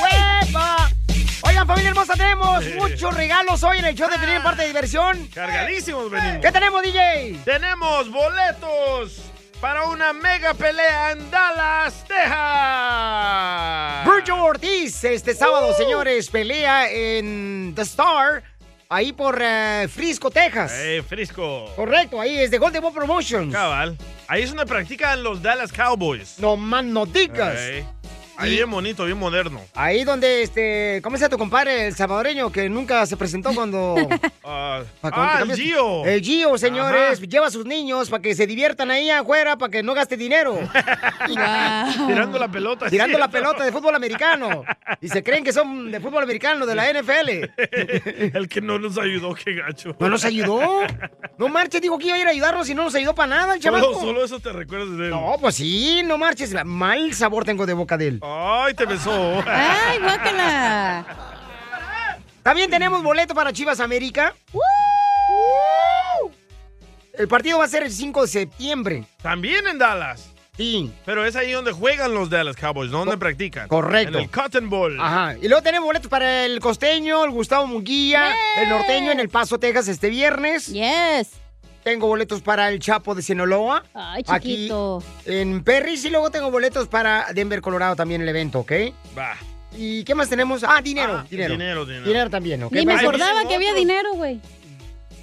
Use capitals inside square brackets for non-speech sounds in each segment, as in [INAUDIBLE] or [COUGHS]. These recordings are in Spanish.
¡Hueva! Oigan, familia hermosa, tenemos muchos regalos hoy en el show de Pelín Parte de Diversión. Cargadísimos venimos. ¿Qué tenemos, DJ? Tenemos boletos para una mega pelea en Dallas, Texas. Virgil Ortiz, este sábado, señores, pelea en The Star, ahí por eh, Frisco, Texas. Eh, Frisco. Correcto, ahí es de Golden Boy Promotions. Cabal. Ahí es donde practican los Dallas Cowboys. No más no digas. Ey. Ahí Y- bien bonito, bien moderno. Ahí donde, este, ¿cómo se llama tu compadre, el salvadoreño, que nunca se presentó cuando... Ah, pa' cuando ah, el cambias- Gio. El Gio, señores, Ajá. lleva a sus niños para que se diviertan ahí afuera, para que no gaste [LAUGHS] dinero. Tirando la pelota. tirando la ¿cierto? pelota de fútbol americano. Y se creen que son de fútbol americano, de la NFL. [LAUGHS] El que no nos ayudó, qué gacho. ¿No nos ayudó? No marches, dijo que iba a ir a ayudarnos y no nos ayudó para nada el [LAUGHS] Solo, chamaco. solo eso te recuerdas de él. No, pues sí, no marches. Mal sabor tengo de boca de él. Ay, te besó. ¡Ay, guácala! También tenemos boleto para Chivas América. El partido va a ser el 5 de septiembre. También en Dallas. Sí. Pero es ahí donde juegan los Dallas Cowboys, no donde practican. correcto. En el Cotton Bowl. Ajá. Y luego tenemos boletos para el costeño, el Gustavo Munguía, el norteño en El Paso, Texas, este viernes. Yes. Tengo boletos para el Chapo de Sinaloa. Ay, aquí chiquito. en Perris y luego tengo boletos para Denver, Colorado también el evento, ¿ok? Va. ¿Y qué más tenemos? Ah, dinero, Ah, dinero. dinero, dinero. también, ¿ok? Ni me Para- acordé. acordaba vienen que había otros. dinero, güey.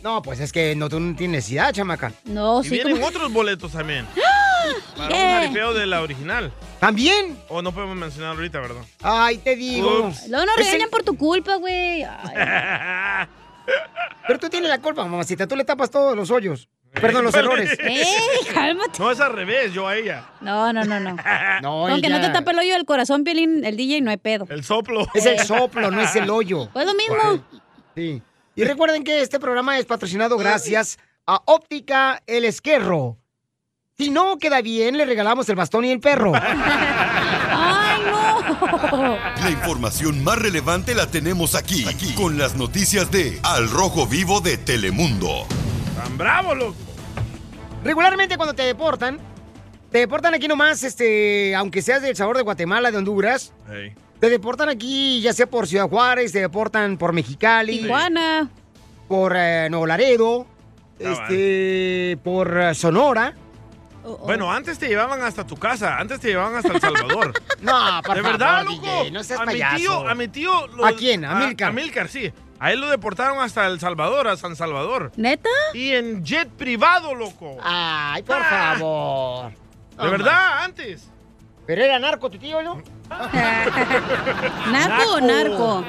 No, pues es que no, tú no tienes necesidad, chamaca. No, Y sí. vienen como- ¡Ah! otros boletos también. Para ¿Qué? un jaripeo de la original. ¿También? O no podemos mencionar ahorita, ¿verdad? Ay, te digo. Ups. Luego nos Ese- regañan por tu culpa, güey. Ay. Pero tú tienes la culpa, mamacita. Tú le tapas todos los hoyos. Perdón, [LAUGHS] los Híjole. errores. ¡Ey, cálmate! Eh. No, es al revés, yo a ella. ¿Eh? No, no, no, [LAUGHS] no. No, Aunque no te ella- tape el hoyo del corazón, Piolín, el DJ no hay pedo. El soplo. Es el soplo, no es el hoyo. [LAUGHS] Pues lo mismo. Sí. Y recuerden que este programa es patrocinado gracias a Óptica El Esquerro. Si no queda bien, le regalamos el bastón y el perro. [LAUGHS] ¡Ay, no! La información más relevante la tenemos aquí, aquí, con las noticias de Al Rojo Vivo de Telemundo. Tan bravo, loco. Regularmente cuando te deportan, te deportan aquí nomás, este, aunque seas del sabor de Guatemala, de Honduras, Ey. te deportan aquí, ya sea por Ciudad Juárez, te deportan por Mexicali, Tijuana. por eh, Nuevo Laredo, Cabal. este, por eh, Sonora. Oh, oh. Bueno, antes te llevaban hasta tu casa, antes te llevaban hasta El Salvador. [LAUGHS] No, por ¿De verdad, favor, loco? DJ, no seas a payaso. Mi tío, a mi tío. lo- ¿A quién? ¿A Amílcar? A Amílcar, sí. A él lo deportaron hasta El Salvador, a San Salvador. ¿Neta? Y en jet privado, loco. Ay, por Ah. favor. De verdad, antes. Pero era narco tu tío, ¿no? ¿Narco o narco?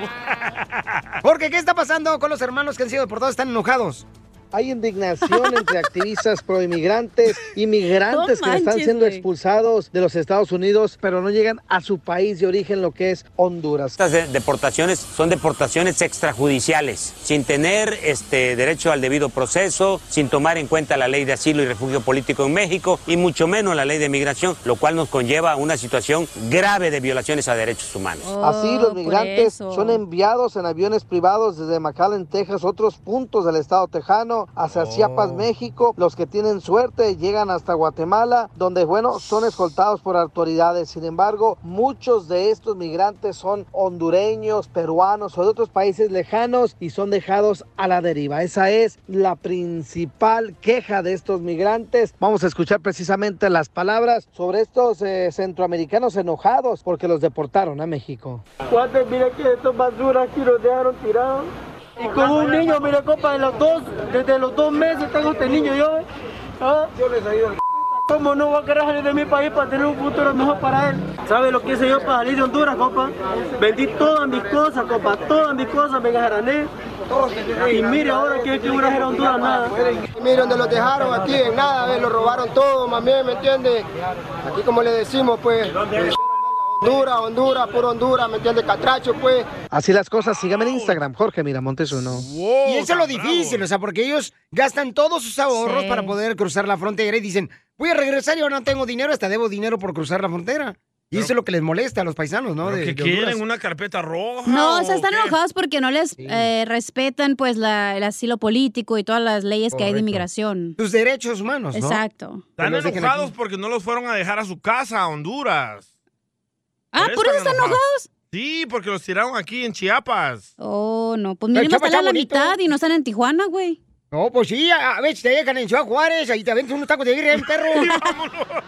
Porque, ¿qué está pasando con los hermanos que han sido deportados? Están enojados. Hay indignación [LAUGHS] entre activistas proinmigrantes, inmigrantes No que están manches, siendo güey. expulsados de los Estados Unidos, pero no llegan a su país de origen, lo que es Honduras. Estas de- deportaciones son deportaciones extrajudiciales, sin tener este derecho al debido proceso, sin tomar en cuenta la ley de asilo y refugio político en México y mucho menos la ley de migración, lo cual nos conlleva a una situación grave de violaciones a derechos humanos. Así, los Oh, por migrantes eso. son enviados en aviones privados desde McAllen, Texas, otros puntos del estado tejano, Guerrero hacia Chiapas, México. Los que tienen suerte llegan hasta Guatemala, donde, bueno, son escoltados por autoridades. Sin embargo, muchos de estos migrantes son hondureños, peruanos o de otros países lejanos y son dejados a la deriva. Esa es la principal queja de estos migrantes. Vamos a escuchar precisamente las palabras sobre estos eh, centroamericanos enojados porque los deportaron a México. Cuate, mira que estos basuras aquí los dejaron tirados. Y con un niño, mira, compa, de los dos, desde los dos meses tengo este niño yo. Yo les ayudo. ¿Cómo no voy a querer salir de mi país para tener un futuro mejor para él? ¿Sabe lo que hice yo para salir de Honduras, compa? Vendí todas mis cosas, compa, todas mis cosas, me garané. Y mire ahora que que una era Honduras, nada. Mire donde los dejaron aquí, en nada, ve, lo robaron todo, mami, ¿me entiende? Aquí como le decimos, pues, Honduras, Honduras, puro Honduras, ¿me entiende? Catracho, pues. Así las cosas, sígame en Instagram, Jorge Miramontes uno. y eso es lo difícil, o sea, porque ellos gastan todos sus ahorros para poder cruzar la frontera y dicen, voy a regresar y ahora no tengo dinero, hasta debo dinero por cruzar la frontera. Y eso es lo que les molesta a los paisanos, ¿no? De- ¿Qué de quieren? Honduras. ¿Una carpeta roja? No, o sea, o están qué? enojados porque no les eh, respetan pues la- el asilo político y todas las leyes que hay de Correcto. inmigración. Tus derechos humanos, ¿no? Exacto. Están Que los dejen enojados aquí. porque no los fueron a dejar a su casa, a Honduras. Ah, ¿por eso están enojados? Sí, porque los tiraron aquí [LAUGHS] en Chiapas. Oh, no. Pues Pero mínimo Chiapas están a está la bonito. mitad y no están en Tijuana, güey. No, pues sí, a, a veces te dejan en Ciudad Juárez, ahí te aventas unos tacos de birria, un [LAUGHS] perro.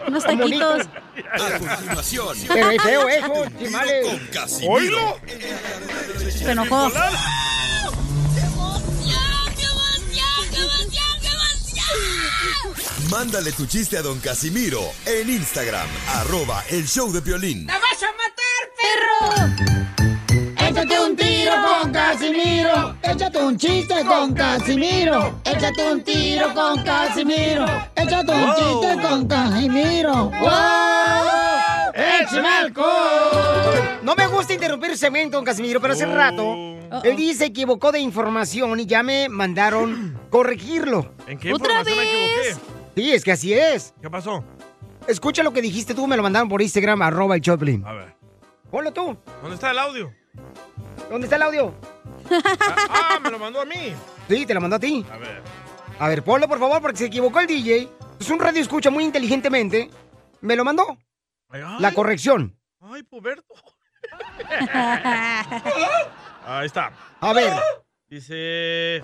Unos Tan bonito. taquitos. A continuación, Pero es feo eso, chimales. con Casimiro. ¡Oílo! Se enojó. Mándale tu chiste a don Casimiro en Instagram, arroba el show de violín. vas a matar, perro! Échate un tiro con Casimiro. Échate un chiste con Casimiro. Échate un tiro con Casimiro. Échate un chiste con Casimiro. ¡Wow! ¡Échame alcohol! No me gusta interrumpir el segmento, don Casimiro, pero hace rato Oh. él dice se equivocó de información y ya me [CLEARS THROAT] mandaron corregirlo. ¿En qué información me equivoqué? Sí, es que así es. ¿Qué pasó? Escucha lo que dijiste tú, me lo mandaron por Instagram, arroba el Choplin. A ver. Ponlo tú. ¿Dónde está el audio? ¿Dónde está el audio? Ah, me lo mandó a mí. Sí, te lo mandó a ti. A ver. A ver, ponlo por favor, porque se equivocó el DJ. Es un radio escucha muy inteligentemente. Me lo mandó. La corrección. [LAUGHS] Ay, Puberto. Ahí está. A ver. Dice.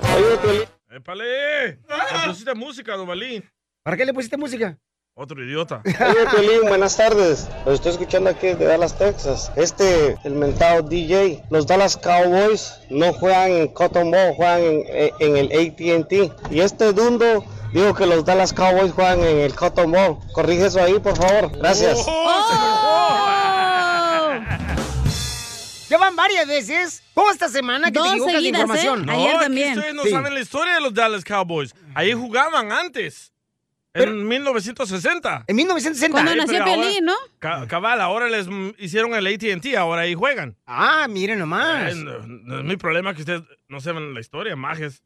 ¡Épale! Le pusiste música, Dobalín. Ah. ¿Para qué le pusiste música? Otro [LAUGHS] idiota. Oye, Piolín, buenas tardes. Los estoy escuchando aquí de Dallas, Texas. Este, el mentado DJ, los Dallas Cowboys no juegan en Cotton Bowl, juegan en, eh, en el ATT. Y este dundo dijo que los Dallas Cowboys juegan en el Cotton Bowl. Corrige eso ahí, por favor. Gracias. Oh. Ya van varias veces. Toda esta semana que te equivocas ¿eh? de ¿eh? información. No, es que ustedes no Sí. saben la historia de los Dallas Cowboys. Ahí jugaban antes. en 1960. En 1960. Cuando nació Piolín, ¿no? Ca- Cabal, ahora les mm, hicieron el ATT, ahora ahí juegan. Ah, miren nomás. Eh, no, no es mi problema que ustedes no sepan la historia, majes.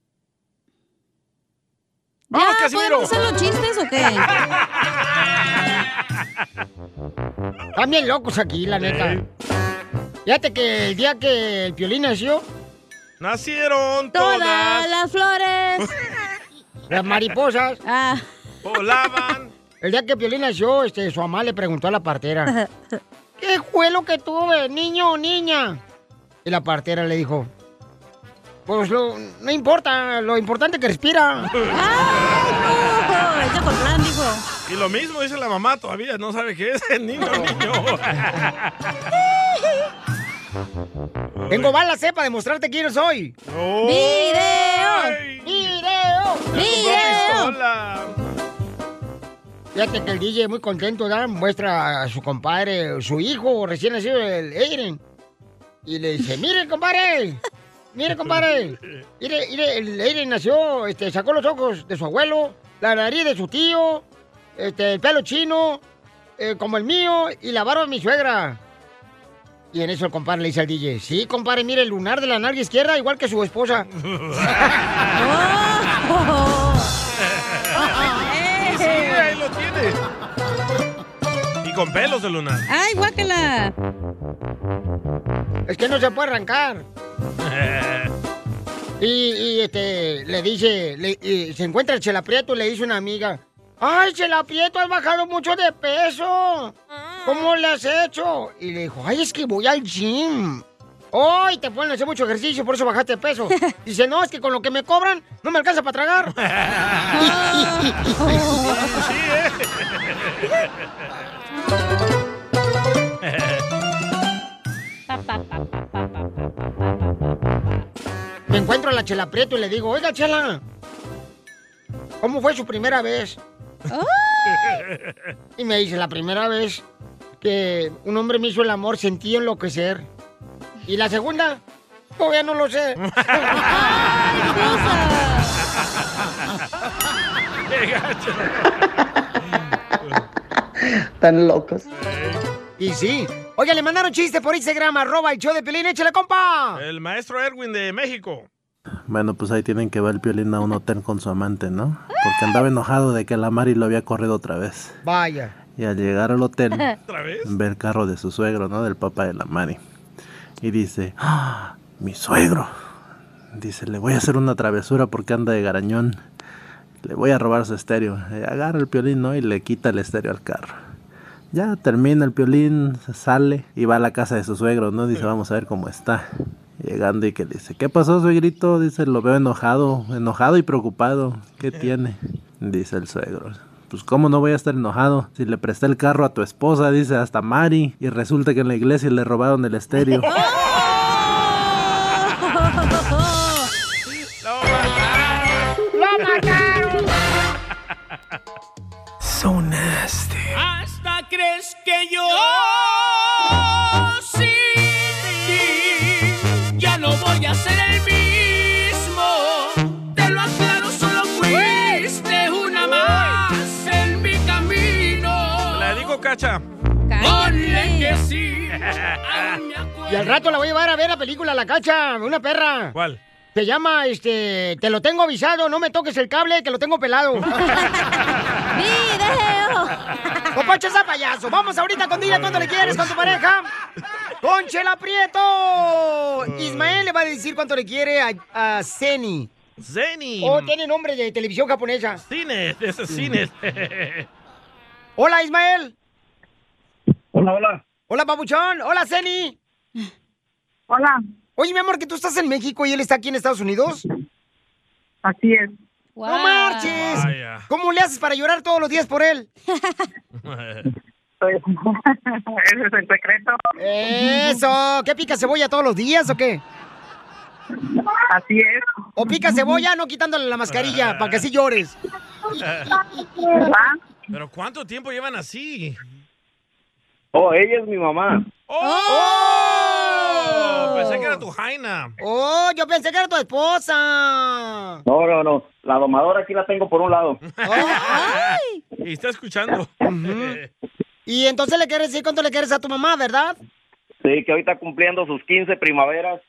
¡Vamos, Casimiro! ¿Podemos hacer los chistes o qué? Están bien locos aquí, la neta. Fíjate que el [LAUGHS] día que el Piolín nació... Nacieron Todas todas. las flores. Las mariposas. Ah. Volaban. El día que Piolín nació, este, su mamá le preguntó a [LAUGHS] la partera. ¿Qué fue lo que tuve, niño o niña? Y la partera le dijo, pues lo- no importa, lo importante que respira. ¡Ay, no! plan, dijo. Y lo mismo dice la mamá todavía, no sabe qué es [LAUGHS] el niño. [LAUGHS] niño. Tengo balas, eh, para demostrarte quién soy. ¡Video! ¡Video! ¡Video! Fíjate que el DJ muy contento, da Muestra a su compadre, su hijo recién nacido, el Aiden. Y le dice, mire, compadre, mire, compadre. Mire, mire, el Aiden nació, este, sacó los ojos de su abuelo, la nariz de su tío, este, el pelo chino, eh, como el mío, y la barba de mi suegra. Y en eso el compadre le dice al DJ, sí, compadre, mire, el lunar de la nalga izquierda, igual que su esposa. Sí, ahí lo tiene. Y con pelos de luna. ¡Ay, guácala! Es que no se puede arrancar. Y, y, este, le dice, le- y se encuentra el Chela Prieto y le dice una amiga, ¡Ay, Chela Prieto, has bajado mucho de peso! ¿Cómo le has hecho? Y le dijo, ¡Ay, es que voy al gym! ¡Ay, te ponen a hacer mucho ejercicio, por eso bajaste de peso! Dice, no, es que con lo que me cobran, no me alcanza para tragar. Me encuentro a la Chela Prieto y le digo, oiga, Chela, ¿cómo fue su primera vez? Y me dice, la primera vez que un hombre me hizo el amor, sentí enloquecer. Y la segunda, todavía no lo sé. [LAUGHS] Tan locos. y sí. Oiga, le mandaron chiste por Instagram, arroba el show de Pelín, échale, compa. El maestro Erwin de México. Bueno, pues ahí tienen que ver el piolín a un hotel con su amante, ¿no? Porque andaba enojado de que la Mari lo había corrido otra vez. Vaya. Y al llegar [LAUGHS] al hotel, ¿Otra vez? ve el carro de su suegro, ¿no? Del papá de la Mari. Y dice, ¡Ah! mi suegro. Dice, le voy a hacer una travesura porque anda de garañón. Le voy a robar su estéreo. Eh, Agarra el piolín, ¿no? Y le quita el estéreo al carro. Ya termina el piolín, se sale y va a la casa de su suegro, ¿no? Dice, vamos a ver cómo está. Llegando y que le dice, ¿qué pasó, suegrito? Dice, lo veo enojado, enojado y preocupado. ¿Qué tiene? Dice el suegro. Pues cómo no voy a estar enojado si le presté el carro a tu esposa, dice hasta Mari, y resulta que en la iglesia le robaron el estéreo. ¡Lo mataron! So nasty. Hasta crees que yo sin ti [LAUGHS] ya no voy a ser el mismo. Te lo aclaro, solo fuiste una más en mi camino. La digo, cacha. [LAUGHS] Ponle que sí. aún me Y al rato la voy a llevar a ver la película La Cacha, una perra. ¿Cuál? Se llama, este, te lo tengo avisado, no me toques el cable, que lo tengo pelado. [LAUGHS] ¡Video! ¡Copacho esa payaso! Vamos ahorita con Dile cuánto le quieres con tu pareja. ¡Con Chela Prieto! Ismael le va a decir cuánto le quiere a, a Zeni. Zeni. Oh, tiene nombre de televisión japonesa. Mm. Cines, ese [LAUGHS] es cines. Hola, Ismael. Hola, hola. Hola, papuchón. Hola, Zeni. Hola. Oye, mi amor, que tú estás en México y él está aquí en Estados Unidos. Así es. ¡No Guau. marches! Vaya. ¿Cómo le haces para llorar todos los días por [LAUGHS] él? [LAUGHS] Ese es el secreto. Eso, ¿qué pica cebolla todos los días o qué? Así es. O pica cebolla no quitándole la mascarilla para que así llores. Pero ¿cuánto tiempo llevan así? Oh, ella es mi mamá. ¡Oh! Pensé que era tu jaina. Oh, yo pensé que era tu esposa. No, no, no. La domadora aquí la tengo por un [LAUGHS] lado. Y está escuchando. Y entonces le quieres decir cuánto le quieres a tu mamá, ¿verdad? [LAUGHS] Sí, que ahorita cumpliendo sus 15 primaveras.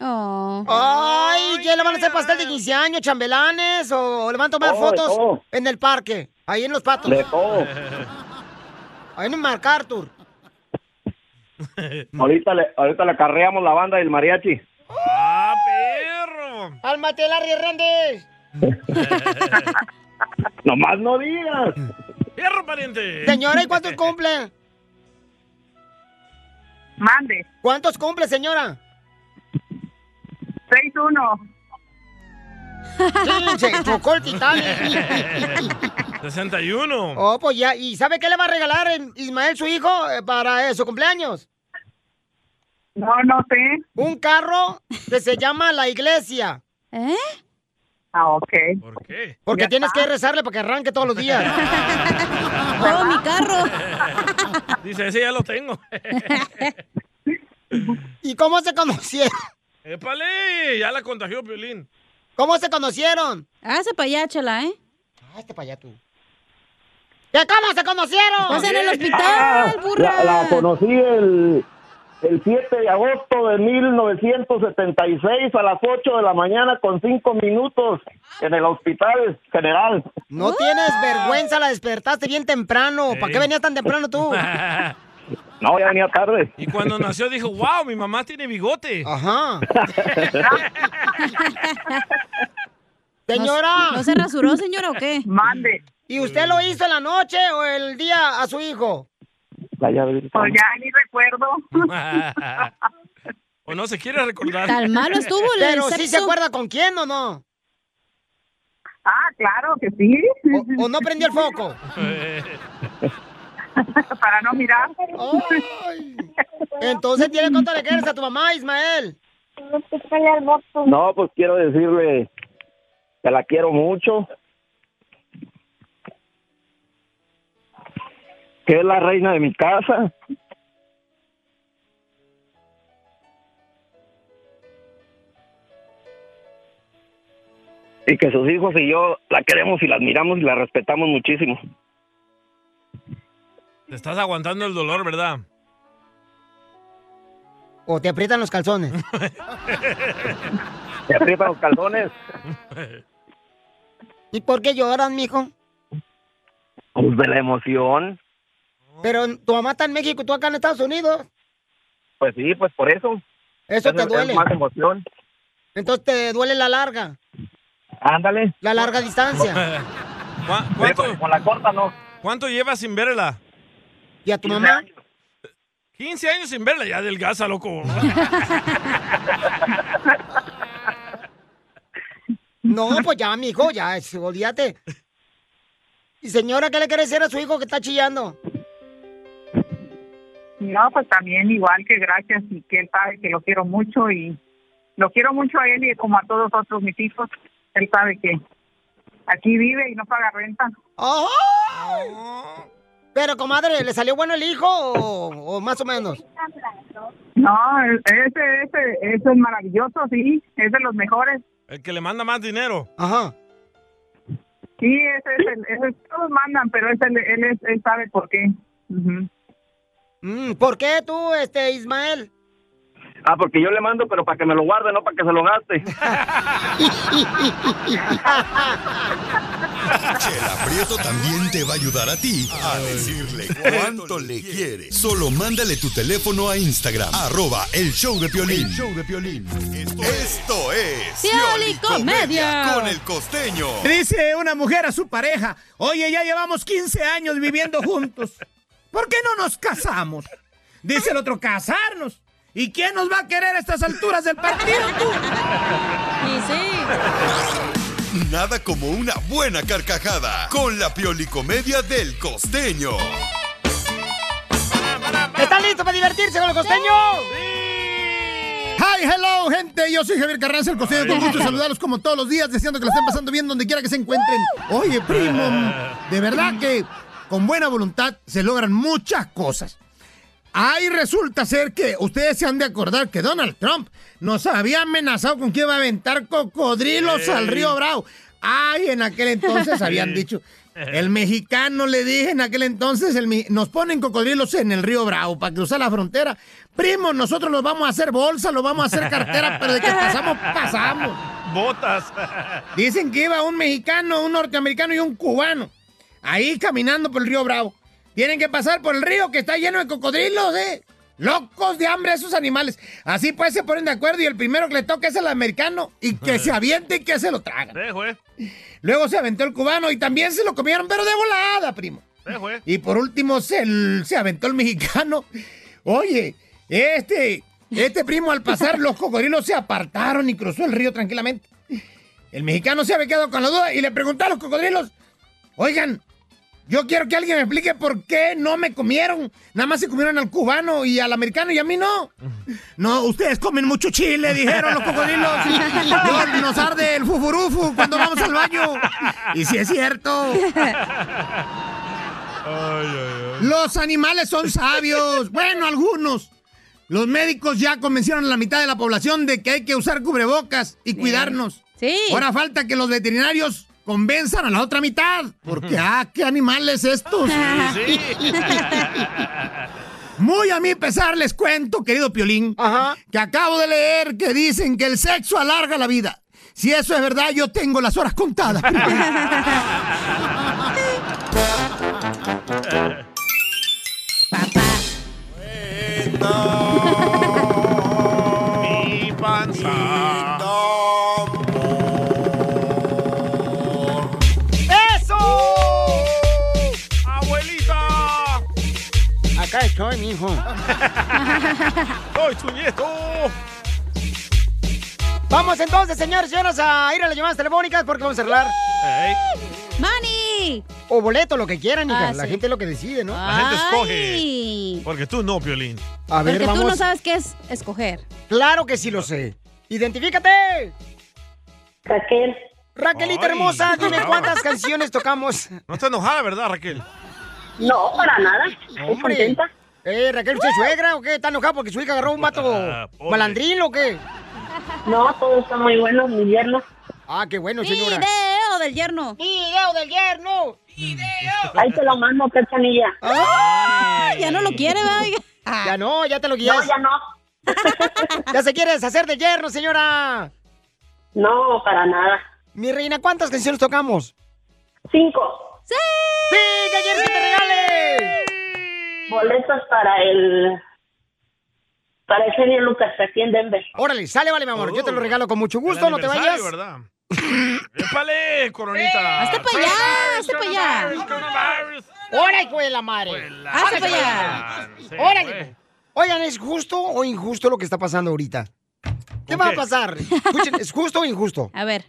Oh, Ay, ¿quién le van a hacer pastel de 15 años, chambelanes? ¿O le van a tomar Oh, fotos de todo. en el parque? Ahí en los patos. De todo. Oh. Ahí en MacArthur. [LAUGHS] Ahorita le, ahorita le acarreamos la banda del mariachi. ¡Ah, ¡Álmate, Larry Hernández! Nomás [LAUGHS] no digas. ¡Fierro, pariente! [LAUGHS] Señora, ¿y cuántos cumple? Mande. ¿Cuántos cumple, señora? 6-1. Sí, se chocó el [LAUGHS] Titanic. 61. Oh, pues ya. ¿Y sabe qué le va a regalar eh, Ismael, su hijo, eh, para eh, su cumpleaños? No, no sé. Un carro que se llama La Iglesia. ¿Eh? Ah, ok. ¿Por qué? Porque tienes que rezarle para que arranque todos los [LAUGHS] días. ¡Oh, mi carro! [LAUGHS] Dice, ese ya lo tengo. [LAUGHS] ¿Y cómo se conocieron? ¡Épale! Ya la contagió Piolín. ¿Cómo se conocieron? Hace para allá, chela, ¿eh? Hazte para Ah, este allá tú. ¿Y cómo se conocieron? Pues en el Ah, hospital, burra. la, la conocí el, el 7 de agosto de 1976 a las 8 de la mañana con 5 minutos en el hospital general. Ah. [LAUGHS] No tienes vergüenza, la despertaste bien temprano. ¿Para qué venías tan temprano tú? No, ya venía tarde. Y cuando nació dijo, wow, mi mamá tiene bigote. [LAUGHS] Ajá. Señora. ¿No se rasuró, señora, o qué? Mande. ¿Y usted lo hizo en la noche o el día a su hijo? La llave del Pues ya ni recuerdo. [LAUGHS] o no se quiere recordar. Pero sí se acuerda con quién o no. Ah, claro que sí. ¿O, o no prendió el [LAUGHS] foco? Para no mirar. Entonces, ¿tiene cuánto le quieres a tu mamá, Ismael? No, pues quiero decirle que la quiero mucho. Que es la reina de mi casa. Y que sus hijos y yo la queremos y la admiramos y la respetamos muchísimo. Te estás aguantando el dolor, ¿verdad? ¿O te aprietan los calzones? Te aprietan los calzones. ¿Y por qué lloran, mijo? Pues de la emoción. Pero tu mamá está en México y tú acá en Estados Unidos. Pues sí, pues por eso. Eso Es- te es duele. más emoción. Entonces te duele la larga, Ándale. la larga distancia. [LAUGHS] ¿Cuá- ¿Cuánto? pues, Con la corta no. ¿Cuánto llevas sin verla? ¿Y a tu mamá? 15 años sin verla, ya adelgaza, loco. No, pues ya, mijo, ya, es- olvídate. Y señora, ¿qué le quiere decir a su hijo que está chillando? No, pues también igual que gracias y que él sabe que lo quiero mucho y lo quiero mucho a él y como a todos otros mis hijos. Él sabe que aquí vive y no paga renta. ¡Oh! Pero, comadre, ¿le salió bueno el hijo o, o más o menos? No, ese, ese, ese es maravilloso, sí, es de los mejores. El que le manda más dinero. Ajá. Sí, ese es el, ese es- todos mandan, pero ese, él, él, es- él sabe por qué. Mm, ¿Por qué tú, este, Ismael? Ah, porque yo le mando, pero para que me lo guarde, no para que se lo gaste. [LAUGHS] Chela Prieto también te va a ayudar a ti a decirle cuánto le quiere. Solo mándale tu teléfono a Instagram, arroba el show de Piolín. El show de Piolín. Esto es Pioli Piolicomedia Comedia. con el costeño. Dice una mujer a su pareja, oye, ya llevamos 15 años viviendo juntos. ¿Por qué no nos casamos? Dice el otro, casarnos. ¿Y quién nos va a querer a estas alturas del partido tú? Y sí. Nada como una buena carcajada con la piolicomedia del costeño. ¿Están listos para divertirse con el costeño? Hi, hello, gente. Yo soy Javier Carranza, el costeño. Con gusto de saludarlos como todos los días, deseando que la estén pasando bien donde quiera que se encuentren. Oye, primo, de verdad que con buena voluntad se logran muchas cosas. Ahí resulta ser que ustedes se han de acordar que Donald Trump nos había amenazado con que iba a aventar cocodrilos Ey. al río Bravo. Ay, en aquel entonces habían Sí. dicho, el mexicano le dije en aquel entonces, el mi- nos ponen cocodrilos en el río Bravo para cruzar la frontera. Primo, nosotros los vamos a hacer bolsa, los vamos a hacer cartera, pero de que pasamos, pasamos. Botas. Dicen que iba un mexicano, un norteamericano y un cubano. Ahí caminando por el río Bravo. Tienen que pasar por el río que está lleno de cocodrilos, ¿eh? Locos de hambre esos animales. Así pues se ponen de acuerdo y el primero que le toca es el americano y que se aviente y que se lo traga. Eh. Dejo, eh. Luego se aventó el cubano y también se lo comieron, pero de volada, primo. Dejo, eh. Y por último se, l- se aventó el mexicano. Oye, este, este primo al pasar los cocodrilos se apartaron y cruzó el río tranquilamente. El mexicano se había quedado con la duda y le preguntó a los cocodrilos, oigan, yo quiero que alguien me explique por qué no me comieron. Nada más se comieron al cubano y al americano y a mí no. No, ustedes comen mucho chile, dijeron los cocodrilos. Yo- Nos arde el fufurufu cuando vamos al baño. Y si es cierto. Los animales son [LAUGHS] sabios. Bueno, algunos. Los médicos ya convencieron a la mitad de la población de que hay que usar cubrebocas y cuidarnos. Sí. Ahora falta que los veterinarios convenzan a la otra mitad. Porque, ah, qué animales estos. [LAUGHS] Sí, sí. [LAUGHS] Muy a mi pesar les cuento, querido Piolín, que acabo de leer que dicen que el sexo alarga la vida. Si eso es verdad, yo tengo las horas [LAUGHS] contadas. [LAUGHS] soy, [LAUGHS] mijo. [LAUGHS] ¡Soy tu nieto! Vamos entonces, señores y señoras, a ir a las llamadas telefónicas porque vamos a arreglar. ¡Money! O boleto, lo que quieran, hija. Ah, La sí. gente es lo que decide, ¿no? La gente Ay. escoge. Porque tú no, Piolín. A ver, Porque tú vamos. no sabes qué es escoger. Claro que sí lo sé. ¡Identifícate! Raquel. Raquelita Ay, [LAUGHS] hermosa, dime bravo. cuántas canciones tocamos. No está enojada, ¿verdad, Raquel? No, para nada. Estoy contenta. Eh, Raquel, ¿usted es suegra o qué? ¿Está enojada porque su hija agarró un vato Ah, pobre. malandril o qué? No, todo está muy bueno, mi yerno. Ah, qué bueno, señora. ¡Video del yerno! ¡Video del yerno! Ahí te lo mando, cachanilla. Ah, Ya no lo quiere, vaya. Ya no, ya te lo guías. No, ya no. [LAUGHS] ¿Ya se quiere deshacer de yerno, señora? No, para nada. Mi reina, ¿cuántas canciones tocamos? Cinco. ¡Sí! ¡Sí, que ayer se te regale! Boletos para el. Para el genio Lucas aquí en Denver. Oh. Órale, sale, vale, mi amor. Yo te lo regalo con mucho gusto, El no te aniversario, vayas. [LAUGHS] ¿verdad? ¡Épale, coronita! ¡Hasta pa' allá, hasta pa' allá! ¡Órale, hijo de la madre! ¡Hasta pa' allá! ¡Órale! Oigan, ¿es justo o injusto lo que está pasando ahorita? ¿Qué ¿Con va a qué? pasar? Escuchen, ¿es justo o [LAUGHS] injusto? A ver.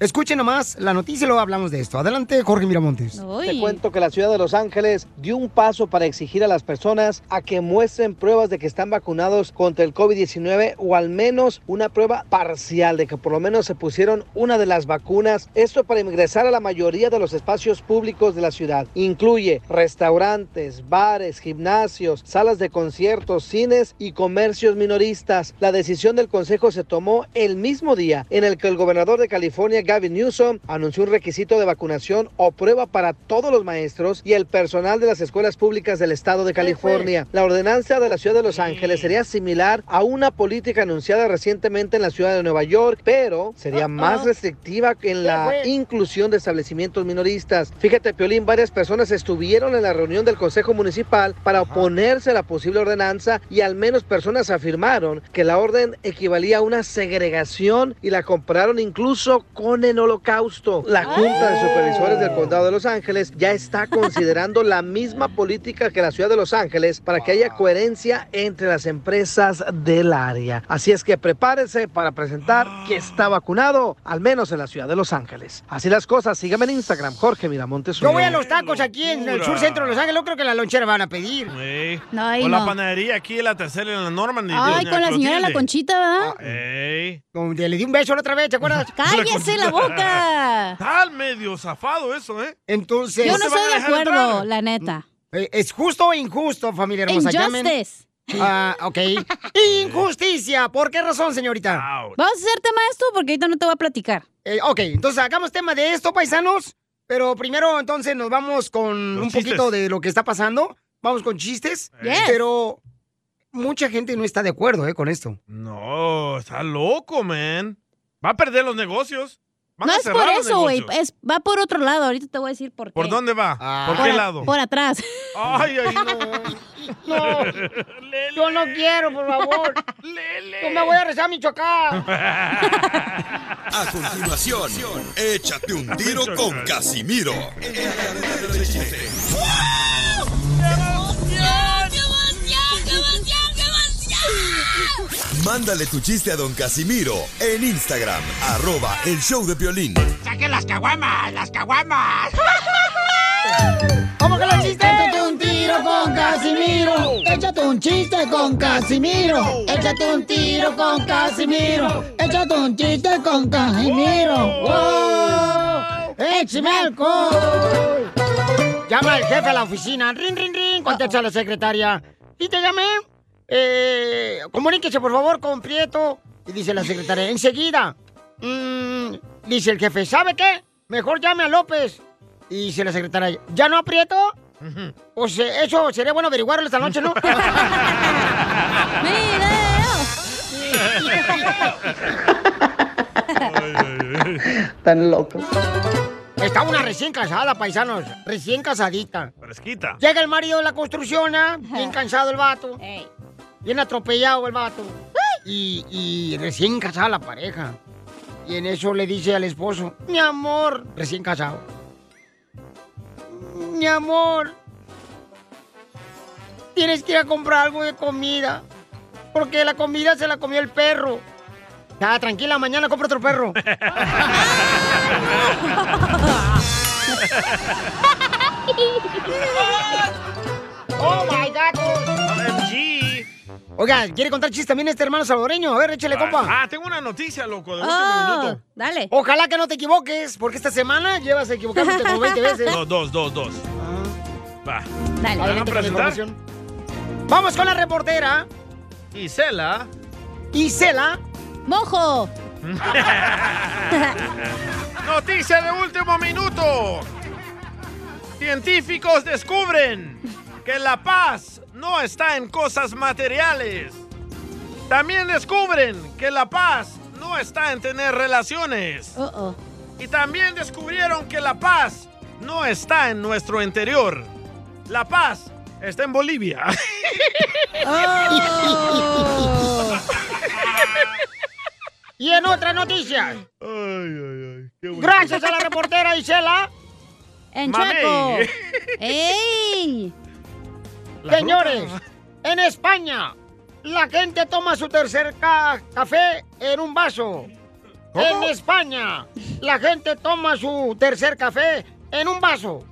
Escuchen nomás la noticia y luego hablamos de esto. Adelante, Jorge Miramontes. Te cuento que la ciudad de Los Ángeles dio un paso para exigir a las personas a que muestren pruebas de que están vacunados contra el COVID-19 o al menos una prueba parcial de que por lo menos se pusieron una de las vacunas. Esto para ingresar a la mayoría de los espacios públicos de la ciudad. Incluye restaurantes, bares, gimnasios, salas de conciertos, cines y comercios minoristas. La decisión del Consejo se tomó el mismo día en el que el gobernador de California, Gavin Newsom, anunció un requisito de vacunación o prueba para todos los maestros y el personal de las escuelas públicas del estado de California. La ordenanza de la ciudad de Los Ángeles sería similar a una política anunciada recientemente en la ciudad de Nueva York, pero sería más restrictiva en la inclusión de establecimientos minoristas. Fíjate, Piolín, varias personas estuvieron en la reunión del Consejo Municipal para oponerse a la posible ordenanza y al menos personas afirmaron que la orden equivalía a una segregación y la compararon incluso con el holocausto. La Junta Ah. de Supervisores del Condado de Los Ángeles ya [LAUGHS] está considerando la misma política que la ciudad de Los Ángeles para que haya coherencia entre las empresas del área. Así es que prepárese para presentar Ah. que está vacunado, al menos en la ciudad de Los Ángeles. Así las cosas, sígame en Instagram, Jorge Miramontes. Yo uno. voy a los tacos aquí en el Locura. sur centro de Los Ángeles. Yo creo que la lonchera van a pedir. Ey. No, ahí o la no. panadería aquí, la tercera en la Normandy. Ay, doña con la señora de la Clotilde. Conchita, ¿verdad? Ey. Donde le di un beso la otra vez, ¿te [LAUGHS] acuerdas? ¡Cállese la boca! Tal medio zafado eso, ¿eh? Entonces. Yo no estoy de acuerdo, la neta. Eh, ¿Es justo o injusto, familia hermosa? Llamen. Injustice. Ah, [LAUGHS] ok. Injusticia. ¿Por qué razón, señorita? Vamos a hacer tema de esto porque ahorita no te voy a platicar. Eh, ok, entonces hagamos tema de esto, paisanos. Pero primero, entonces, nos vamos con Los un chistes. poquito de lo que está pasando. Vamos con chistes. Pero mucha gente no está de acuerdo eh, con esto. No, está loco, man. Va a perder los negocios. Van no a es cerrar por los eso, güey. negocios. es- Va por otro lado. Ahorita te voy a decir por qué. ¿Por dónde va? Ah. ¿Por Por qué a- lado? Por atrás. Ay, ay, no. [LAUGHS] No. Yo no quiero, por favor. Yo me voy a rezar a Michoacán. [LAUGHS] A continuación, échate un tiro con Casimiro. Mándale tu chiste a don Casimiro en Instagram, arroba el show de violín. ¡Saque las caguamas! ¡Las [LAUGHS] caguamas! ¡Vamos con los chistes! ¡Échate un tiro con Casimiro! Échate un chiste con Casimiro. Échate un tiro con Casimiro. Échate un chiste [LAUGHS] con Casimiro. ¡Wow! ¡Échame ¡Oh! alcohol! Llama el jefe a la oficina. Rin, rin, rin. Contesta la secretaria. ¿Y te llamé? Eh, comuníquese, por favor, con Prieto. Y dice la secretaria, enseguida. Mm, dice el jefe, ¿sabe qué? Mejor llame a López. Y dice la secretaria, ¿ya no aprieto? O sea, eso sería bueno averiguarlo esta noche, ¿no? [LAUGHS] Tan loco. Está una recién casada, paisanos. Recién casadita. Fresquita. Llega el marido de la construcción, ¿ah? bien cansado el vato. Bien atropellado el vato. Y, y recién casada la pareja. Y en eso le dice al esposo, mi amor, recién casado. Mi amor, tienes que ir a comprar algo de comida. Porque la comida se la comió el perro. Ya, tranquila, mañana compro otro perro. ¡Oh, my God! Oiga, ¿quiere contar chistes también este hermano salvadoreño? A ver, échale, compa. Ah, tengo una [LAUGHS] noticia, loco, de último Oh, minuto. dale. Ojalá que no te equivoques, porque esta semana llevas equivocándote como [LAUGHS] 20 veces. No, dos, dos, dos. Va. Dale. ¿La van a Adelante con la presentar? información. Vamos con la reportera. Isela. Isela. ¡Mojo! [LAUGHS] Noticia de último minuto. Científicos descubren que la paz no está en cosas materiales. También descubren que la paz no está en tener relaciones. Y también descubrieron que la paz no está en nuestro interior. La paz está en Bolivia. [LAUGHS] Y en otras noticias. Gracias a la reportera Isela. En Mamey. [LAUGHS] Chaco. ¡Ey! La Señores, en España, la gente toma su tercer ca- café en un vaso. ¿Cómo? En España, la gente toma su tercer café en un vaso.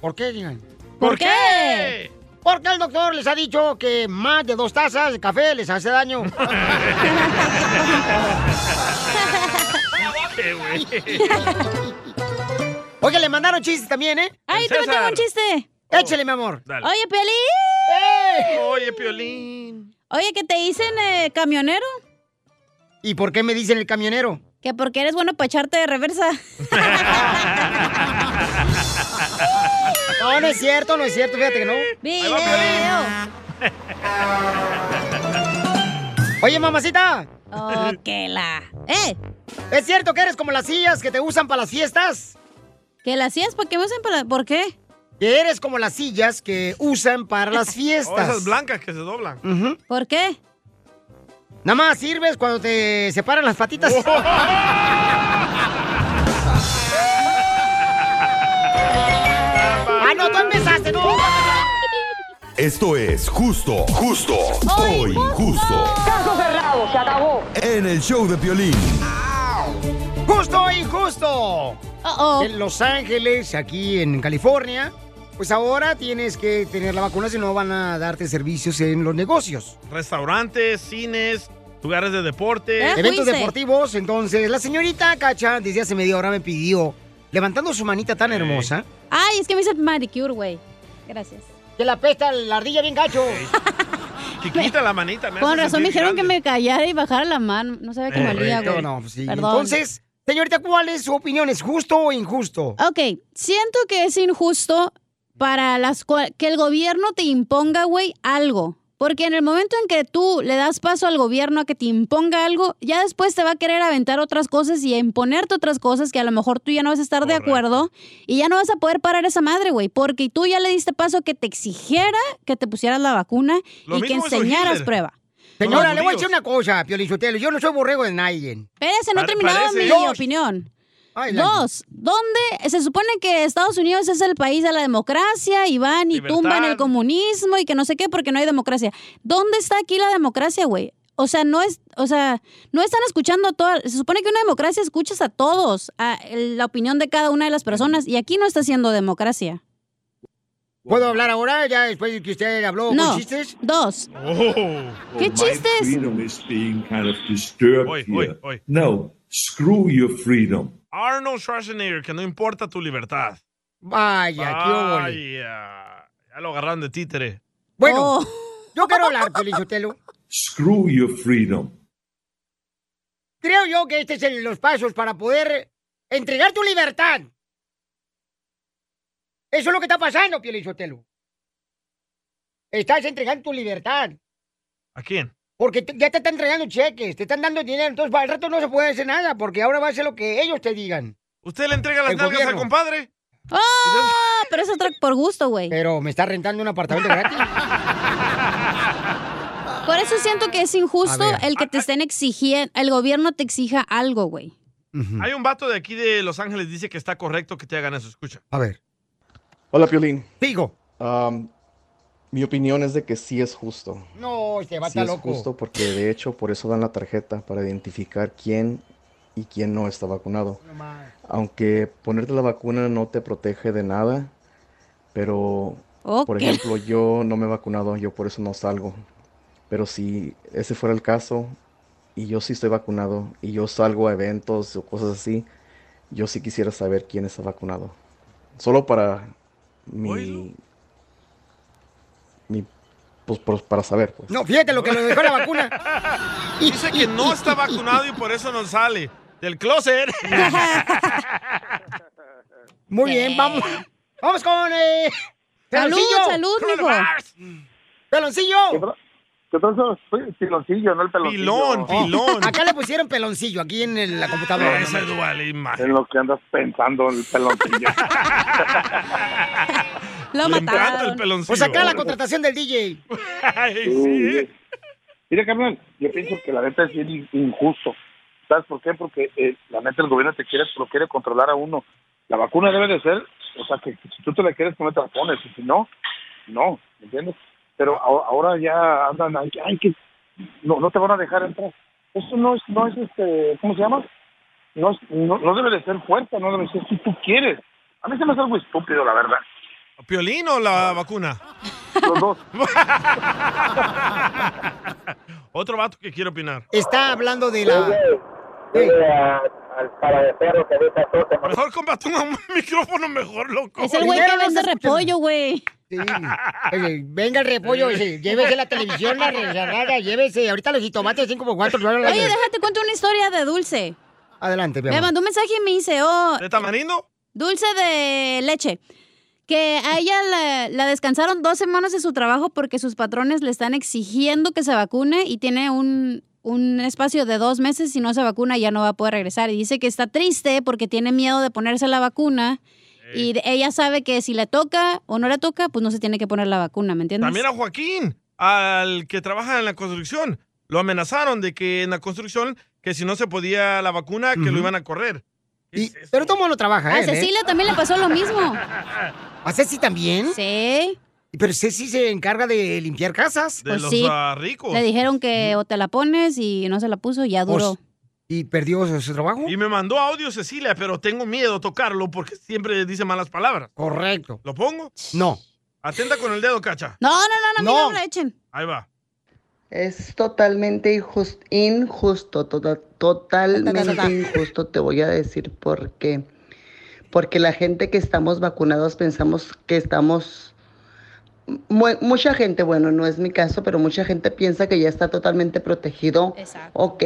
¿Por qué, digan? ¿Por qué? Porque el doctor les ha dicho que más de dos tazas de café les [LAUGHS] hace daño. Oye, le mandaron chistes también, ¿eh? ¡Ay, tú me tengo un chiste! Échale, mi amor. Oye, Piolín. ¡Eh! Oye, Piolín. Oye, que te dicen eh, camionero, ¿Y por qué me dicen el camionero? que porque eres bueno para echarte de reversa. No, no es cierto, no es cierto, fíjate que no. Oye, mamacita. Oh, que la. ¡Eh! ¿Es cierto que eres como las sillas que te usan para las fiestas? ¿Que las sillas? ¿Por qué me usan para.? ¿Por qué? Que eres como las sillas que usan [LAUGHS] para las Oh, fiestas. esas blancas que se doblan. Ujú. ¿Por qué? Nada más sirves cuando te separan [LAUGHS] las patitas. [LAUGHS] ¡Ah, no, tú empezaste, no! Esto es justo, justo o injusto. ¡Caso cerrado, se acabó! En el show de Piolín. ¡Justo e injusto! En Los Ángeles, aquí en California, pues ahora tienes que tener la vacuna si no van a darte servicios en los negocios. Restaurantes, cines, lugares de Eh, deporte. Eventos deportivos, entonces la señorita Cacha desde hace media hora me pidió, levantando su manita tan hermosa, Ay, es que me hice manicure, güey. Gracias. Que la pesta la ardilla bien gacho. Chiquita la manita. Me Con hace razón me sentir dijeron que me callara y bajara la mano. No sabía que me olía, Correcto, güey. no, pues sí. Perdón. Entonces, señorita, ¿cuál es su opinión? ¿Es justo o injusto? Ok, siento que es injusto para las cua- que el gobierno te imponga, güey, algo. Porque en el momento en que tú le das paso al gobierno a que te imponga algo, ya después te va a querer aventar otras cosas y a imponerte otras cosas que a lo mejor tú ya no vas a estar de acuerdo y ya no vas a poder parar esa madre, güey, porque tú ya le diste paso a que te exigiera que te pusieras la vacuna Lo y que mismo hizo enseñaras Hitler. prueba. Señora, Los le voy a judíos. decir una cosa, Piolichotelo. Yo no soy borrego de nadie. Espérese, no he Pare- terminado parece. mi Dos. opinión. Ay, la- Dos, ¿dónde se supone que Estados Unidos es el país de la democracia y van y Libertad. tumban el comunismo y que no sé qué porque no hay democracia? ¿Dónde está aquí la democracia, güey? O sea, no es, o sea, no están escuchando a todas. Se supone que una democracia escuchas a todos, a la opinión de cada una de las personas y aquí no está siendo democracia. ¿Puedo hablar ahora, ya después de que usted habló No. con chistes? Dos. Oh. ¿Qué My chistes? freedom is being kind of disturbed here. No, screw your freedom. Arnold Schwarzenegger, que no importa tu libertad. Vaya, qué óvole. Vaya. Ya lo agarraron de títere. Bueno, Oh. yo quiero hablar, Piolichotelo. Screw your freedom. Creo yo que este es el- los pasos para poder entregar tu libertad. Eso es lo que está pasando, Piolichotelo. Estás entregando tu libertad. ¿A quién? Porque te- ya te están entregando cheques, te están dando dinero. Entonces, al rato no se puede hacer nada, porque ahora va a ser lo que ellos te digan. ¿Usted le entrega las El nalgas al gobierno. compadre? ¡Ah! Pero eso es tra- por gusto, güey. Pero me está rentando un apartamento gratis. Por eso siento que es injusto A ver. el que te estén exigiendo, el gobierno te exija algo, güey. Hay un vato de aquí de Los Ángeles dice que está correcto que te hagan eso. Escucha. A ver. Hola, Piolín. Digo. Mi opinión es de que sí es justo. No, este va Sí está es loco. justo porque de hecho por eso dan la tarjeta para identificar quién y quién no está vacunado. Aunque ponerte la vacuna no te protege de nada, pero por Ok. ejemplo yo no me he vacunado, yo por eso no salgo. Pero si ese fuera el caso y yo sí estoy vacunado y yo salgo a eventos o cosas así, yo sí quisiera saber quién está vacunado. Solo para mi, mi pues, por- para saber pues. No, fíjate lo que lo dejó la vacuna. [LAUGHS] Dice que no está vacunado y por eso no sale del [LAUGHS] closet. Muy bien, vamos. Vamos con. Eh, Salud, Peloncillo. salud, Coronavirus. ¡Peloncillo! ¿Qué tal? Soy piloncillo, no el peloncillo. Oh, Acá le pusieron peloncillo, aquí en el- la computadora. Esa es dual imagen. En lo que andas pensando, el peloncillo. Lo Le encanta mataron. el peloncillo. Pues acá la contratación del DJ. [LAUGHS] Sí. Mira, carnal, yo pienso que la neta es bien in- injusto. ¿Sabes por qué? Porque eh, la neta el gobierno te quiere, lo quiere controlar a uno. La vacuna debe de ser, o sea, que si tú te la quieres poner, te la pones, y si no, no, ¿me entiendes? Pero a- ahora ya andan, ay, ay, que no, no te van a dejar entrar. Eso no es, no es este, ¿cómo se llama? No, es- no, no debe de ser fuerte, no debe de ser si tú quieres. A mí se me hace algo estúpido, la verdad. ¿Piolín o la vacuna? Los dos. Otro vato que quiere opinar. Está hablando de la. Mejor comparte un [LAUGHS] micrófono mejor, loco. Es el güey que Primero vende no se escucha. repollo, güey. [LAUGHS] Oye, venga el repollo, ese, llévese la televisión, la regarraga, llévese. Ahorita los jitomates 5 por 4 dólares. Oye, déjate cuento una historia de dulce. Adelante, mi Me amor. mandó un mensaje y me dice, oh... ¿De tamarindo? Dulce de leche. Que a ella la, la descansaron dos semanas de su trabajo porque sus patrones le están exigiendo que se vacune y tiene un, un espacio de dos meses. Si no se vacuna, ya no va a poder regresar. Y dice que está triste porque tiene miedo de ponerse la vacuna. Y de- ella sabe que si le toca o no le toca, pues no se tiene que poner la vacuna, ¿me entiendes? También a Joaquín, al que trabaja en la construcción. Lo amenazaron de que en la construcción, que si no se podía la vacuna, que lo iban a correr. Pero todo mundo trabaja, A él, ¿eh? Cecilia también le pasó lo mismo. ¿A Ceci también? Sí. Pero Ceci se encarga de limpiar casas. Pues sí. Le dijeron que o te la pones y no se la puso y ya duró. Pues, ¿Y perdió su, su trabajo? Y me mandó audio Cecilia, pero tengo miedo tocarlo porque siempre dice malas palabras. Correcto. ¿Lo pongo? No. Atenta con el dedo, cacha. No, no, no, no, a mí no me la echen. Ahí va. Es totalmente injus- injusto, tota- totalmente injusto, te voy a decir por qué. Porque la gente que estamos vacunados pensamos que estamos... mu- mucha gente, bueno, no es mi caso, pero mucha gente piensa que ya está totalmente protegido. Ok,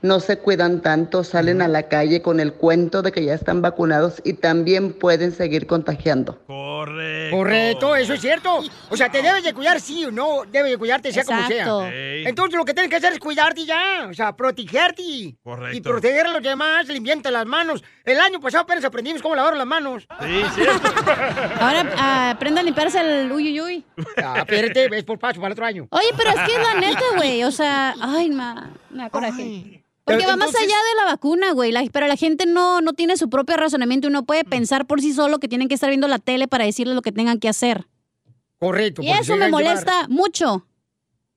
no se cuidan tanto, salen a la calle con el cuento de que ya están vacunados y también pueden seguir contagiando. Correcto, eso es cierto. O sea, te debes de cuidar, sí o no, debes de cuidarte, sea Exacto. como sea. Ey. Entonces, lo que tienes que hacer es cuidarte y ya, o sea, protegerte. Correcto. Y proteger a los demás, limpiarte las manos. El año pasado apenas aprendimos cómo lavar las manos. Sí, [LAUGHS] Ahora ah, aprende a limpiarse el uyuyuy. Ah, [LAUGHS] espérate, ves por paso para el otro año. Oye, pero es que es la neta, güey. O sea, ay, ma, me da coraje. Porque Pero va más entonces- allá de la vacuna, güey. la- pero la gente no, no tiene su propio razonamiento. Uno puede Mm. pensar por sí solo que tienen que estar viendo la tele para decirle lo que tengan que hacer. [LAUGHS] Correcto. Y porque eso se me dejan llevar. molesta mucho.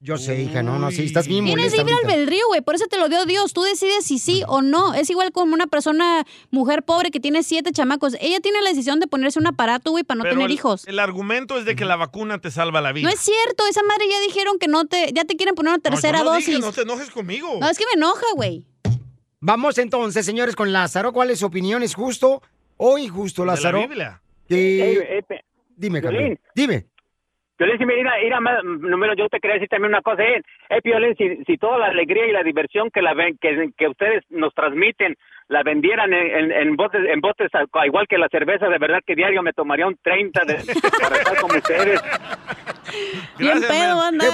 Yo sé, hija, no, no, sí, estás bien Tienes molesta libre ahorita. albedrío, güey. Por eso te lo dio Dios. Tú decides si sí o no. Es igual como una persona, mujer pobre, que tiene siete chamacos. Ella tiene la decisión de ponerse un aparato, güey, para no Pero tener el- hijos. El argumento es de que la vacuna te salva la vida. No es cierto. Esa madre ya dijeron que no te, ya te quieren poner una tercera no dosis. dije, no te enojes conmigo. No, es que me enoja, güey. Vamos entonces, señores, con Lázaro. ¿Cuál es su opinión? ¿Es justo o injusto, la Lázaro? Biblia. Que- Eh, eh, pe- Dime, Piolín. Carmen. Dime. Piolín, si mira, mira, ma- número, yo te quería decir también una cosa, eh, eh Piolín, si, si toda la alegría y la diversión que la ven- que, que ustedes nos transmiten la vendieran en, en- en botes, en botes a- igual que la cerveza, de verdad que diario me tomaría un 30 de, para estar como ustedes. [LAUGHS] Bien pedo, anda.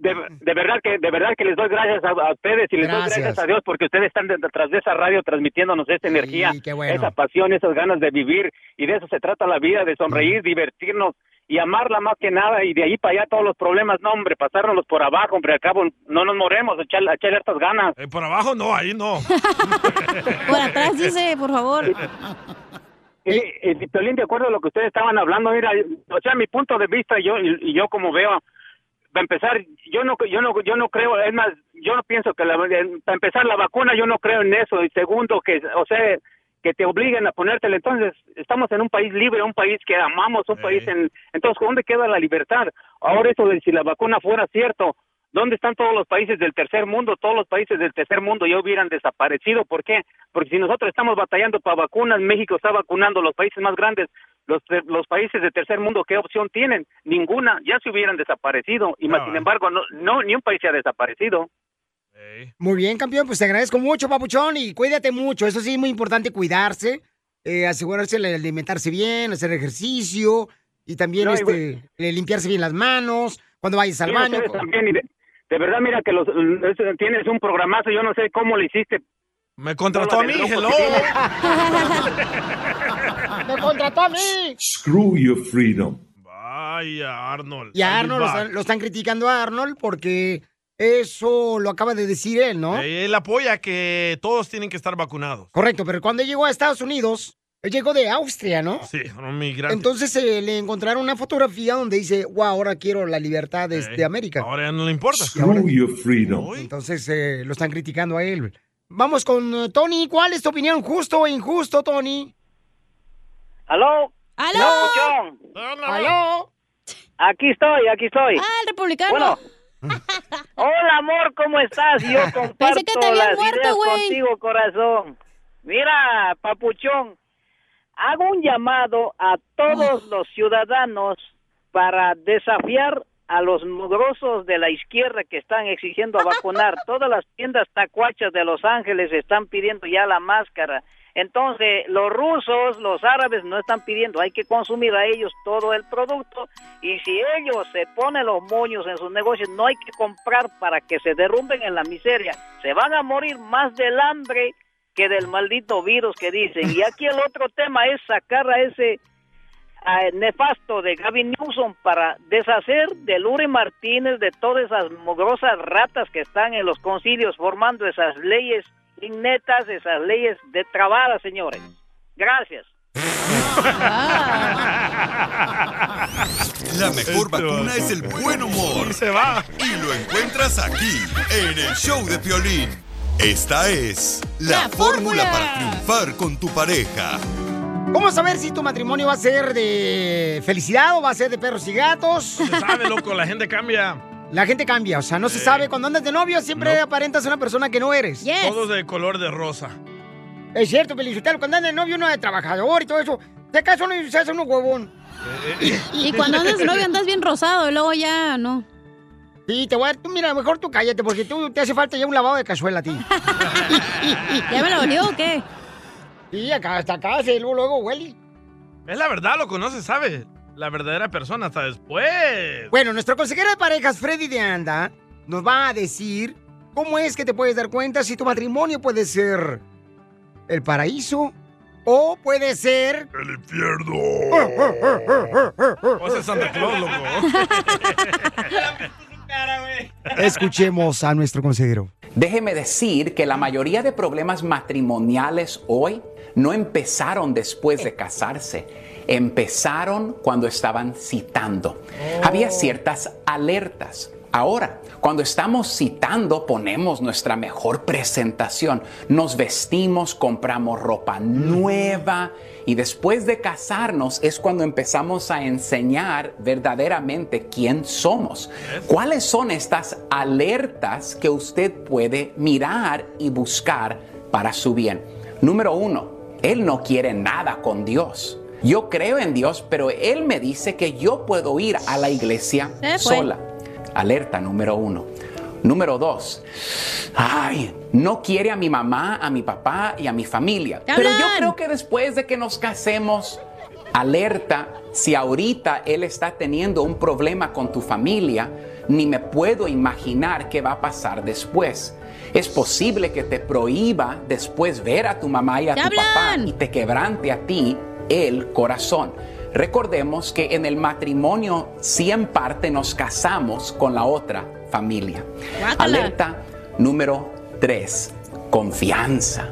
De, de- de verdad que de verdad que les doy gracias a, a ustedes y les Gracias. doy gracias a Dios porque ustedes están detrás de esa radio transmitiéndonos esa energía, esa pasión, esas ganas de vivir y de eso se trata la vida, de sonreír, divertirnos y amarla más que nada y de ahí para allá todos los problemas, no hombre, pasárnoslos por abajo, hombre, al cabo no nos moremos, echar, echar estas ganas. por abajo no, ahí no. [LAUGHS] Por atrás dice, por favor. Y, y, eh, Piolín, de acuerdo a lo que ustedes estaban hablando, mira, o sea, mi punto de vista, yo y, y yo como veo, para empezar, yo no, yo no, yo no creo, es más, yo no pienso que la, en- para empezar la vacuna, yo no creo en eso. Y segundo, que, o sea, que te obliguen a ponértela. Entonces, estamos en un país libre, un país que amamos, un país en, entonces, ¿dónde queda la libertad? Ahora eso de si la vacuna fuera cierto, ¿dónde están todos los países del tercer mundo? Todos los países del tercer mundo ya hubieran desaparecido. ¿Por qué? Porque si nosotros estamos batallando para vacunas, México está vacunando los países más grandes. Los, ter- los países del tercer mundo, ¿qué opción tienen? Ninguna, ya se hubieran desaparecido. Y más, sin eh. embargo, no, no, ni un país se ha desaparecido. Muy bien, campeón, pues te agradezco mucho, papuchón, y cuídate mucho. Eso sí es muy importante cuidarse, eh, asegurarse de alimentarse bien, hacer ejercicio y también No, y este, eh, limpiarse bien las manos cuando vayas al Sí, baño. ustedes también, y de, de verdad, mira que los, es- tienes un programazo, yo no sé cómo lo hiciste. Me contrató a mí, [LAUGHS] hello. ¡Me contrató a mí! Screw your freedom. Vaya, Arnold. Y a I'll be Arnold lo back. están, lo están criticando a Arnold porque eso lo acaba de decir él, ¿no? Eh, Él apoya que todos tienen que estar vacunados. Correcto, pero cuando llegó a Estados Unidos, él llegó de Austria, ¿no? Sí, son migrantes. Entonces eh, le encontraron una fotografía donde dice, wow, ahora quiero la libertad de, este de América. Ahora ya no le importa. Screw your freedom. Entonces eh, lo están criticando a él. Vamos con eh, Tony. ¿Cuál es tu opinión? ¿Justo o injusto, Tony? ¿Aló? ¿Aló? ¿Aló? Aquí estoy, aquí estoy. Ah, el republicano. Bueno. Hola, amor, ¿cómo estás? Yo comparto [LAUGHS] Pensé que te habías las muerto, ideas güey. contigo, corazón. Mira, papuchón, hago un llamado a todos los ciudadanos para desafiar a los mugrosos de la izquierda que están exigiendo a [LAUGHS] vacunar. Todas las tiendas tacuachas de Los Ángeles están pidiendo ya la máscara. Entonces, los rusos, los árabes no están pidiendo, hay que consumir a ellos todo el producto y si ellos se ponen los moños en sus negocios, no hay que comprar para que se derrumben en la miseria. Se van a morir más del hambre que del maldito virus que dicen. Y aquí el otro tema es sacar a ese ah, nefasto de Gavin Newsom para deshacer de Lure Martínez, de todas esas mugrosas ratas que están en los concilios formando esas leyes innetas, esas leyes de trabada, señores. Gracias. La mejor vacuna es el buen humor. Se va. Y lo encuentras aquí, en el show de Piolín. Esta es la, fórmula. para triunfar con tu pareja. ¿Cómo saber si tu matrimonio va a ser de felicidad o va a ser de perros y gatos? Sabe, loco, la gente cambia. La gente cambia, o sea, no se sabe. Cuando andas de novio siempre aparentas una persona que no eres. Todos de color de rosa. Es cierto, Felicitalo, cuando andas de novio uno de trabajador y todo eso. Te casas uno y se hace uno huevón. Y cuando andas de novio andas bien rosado, y luego ya no. Sí, te voy a dar, tú mira, mejor tú cállate, porque tú te hace falta ya un lavado de cazuela a ti. [LAUGHS] ¿Ya me lo olió o qué? Sí, acá, hasta acá, se luego, luego huele. Es la verdad, loco, no se sabe la verdadera persona hasta después. Bueno, nuestro consejero de parejas, Freddy de Anda, nos va a decir cómo es que te puedes dar cuenta si tu matrimonio puede ser el paraíso o puede ser... El infierno. O sea, Santa Claus, loco. [LAUGHS] Escuchemos a nuestro consejero. Déjeme decir que la mayoría de problemas matrimoniales hoy no empezaron después de casarse, empezaron cuando estaban citando. Había ciertas alertas. Ahora, cuando estamos citando, ponemos nuestra mejor presentación, nos vestimos, compramos ropa nueva y después de casarnos es cuando empezamos a enseñar verdaderamente quién somos. ¿Cuáles son estas alertas que usted puede mirar y buscar para su bien? Número uno, él no quiere nada con Dios. Yo creo en Dios, pero él me dice que yo puedo ir a la iglesia Se fue. sola. Alerta número uno. Número dos, ay, no quiere a mi mamá, a mi papá y a mi familia. Pero yo creo que después de que nos casemos, alerta, si ahorita él está teniendo un problema con tu familia, ni me puedo imaginar qué va a pasar después. Es posible que te prohíba después ver a tu mamá y a tu papá y te quebrante a ti el corazón. Recordemos que en el matrimonio, si en parte nos casamos con la otra familia. Alerta número 3, confianza.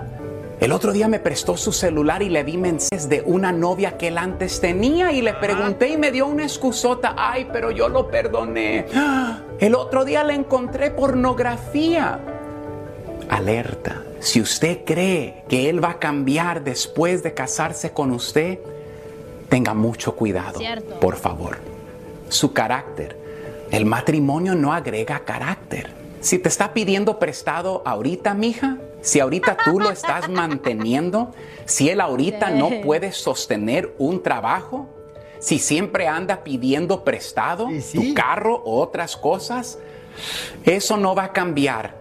El otro día me prestó su celular y le vi mensajes de una novia que él antes tenía y le pregunté y me dio una excusota. Ay, pero yo lo perdoné. ¡Ah! El otro día le encontré pornografía. Alerta. Si usted cree que él va a cambiar después de casarse con usted, tenga mucho cuidado, Cierto. por favor. Su carácter. El matrimonio no agrega carácter. Si te está pidiendo prestado ahorita, mija, si ahorita tú lo estás manteniendo, si él ahorita no Sí. puede sostener un trabajo, si siempre anda pidiendo prestado tu carro o otras cosas, eso no va a cambiar.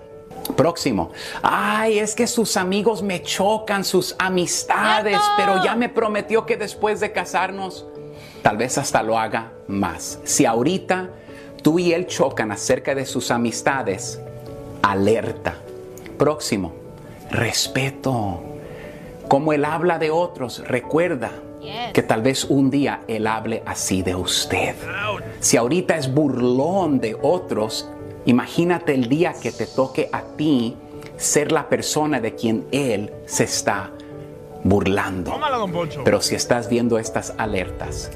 Próximo. Ay, es que sus amigos me chocan, sus amistades, pero ya me prometió que después de casarnos, tal vez hasta lo haga más. Si ahorita tú y él chocan acerca de sus amistades, alerta. Próximo. Respeto. Como él habla de otros, recuerda que tal vez un día él hable así de usted. Si ahorita es burlón de otros, imagínate el día que te toque a ti ser la persona de quien él se está burlando. Tómala, don Poncho. Pero si estás viendo estas alertas,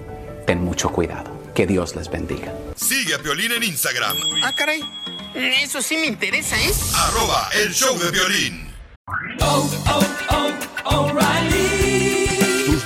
ten mucho cuidado. Que Dios les bendiga. Sigue a Piolín en Instagram. Ah, caray. Eso sí me interesa, ¿eh? Arroba el show de violín. ¿Tus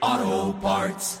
Auto Parts.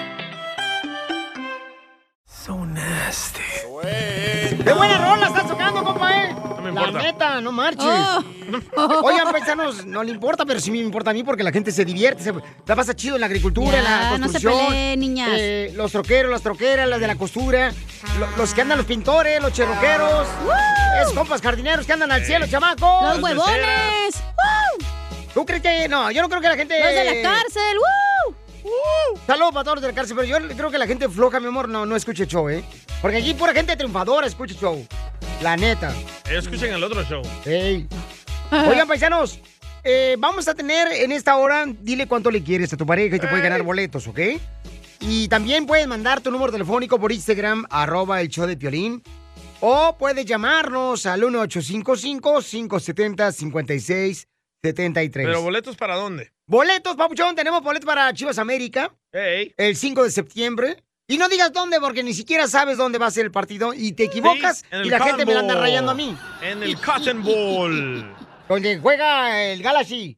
¡Qué buena rola estás tocando, compa, eh! importa. La neta, no marches. [LAUGHS] Oh. Oigan, pues, paisanos, no le importa, pero sí me importa a mí porque la gente se divierte, se la pasa chido en la agricultura, en la Ya, no se construcción. peleen, niñas. eh, los troqueros, las troqueras, las de la costura, lo- los que andan los pintores, los cherroqueros, esos compas jardineros que andan al cielo, chamacos. ¡Los huevones! ¡Woo! ¿Tú crees que.? No, yo no creo que la gente. ¡Los de la cárcel! ¡Woo! Saludos para todos los de la cárcel, pero yo creo que la gente floja, mi amor, no, no escuche el show, ¿eh? Porque aquí pura gente triunfadora escucha el show. La neta. Escuchen el otro show. Ey. Oigan, paisanos, eh, vamos a tener en esta hora, dile cuánto le quieres a tu pareja y te puede Eh. ganar boletos, ¿ok? Y también puedes mandar tu número telefónico por Instagram, arroba el show de Piolín. O puedes llamarnos al 1855-570-5673. Pero boletos para dónde? Boletos, papuchón, tenemos boletos para Chivas América. El 5 de septiembre. Y no digas dónde, porque ni siquiera sabes dónde va a ser el partido. Y te equivocas Sí, en el y la gente me la anda Cotton Bowl. rayando a mí. En [LAUGHS] el Cotton Bowl. Donde juega el [LAUGHS] Galaxy.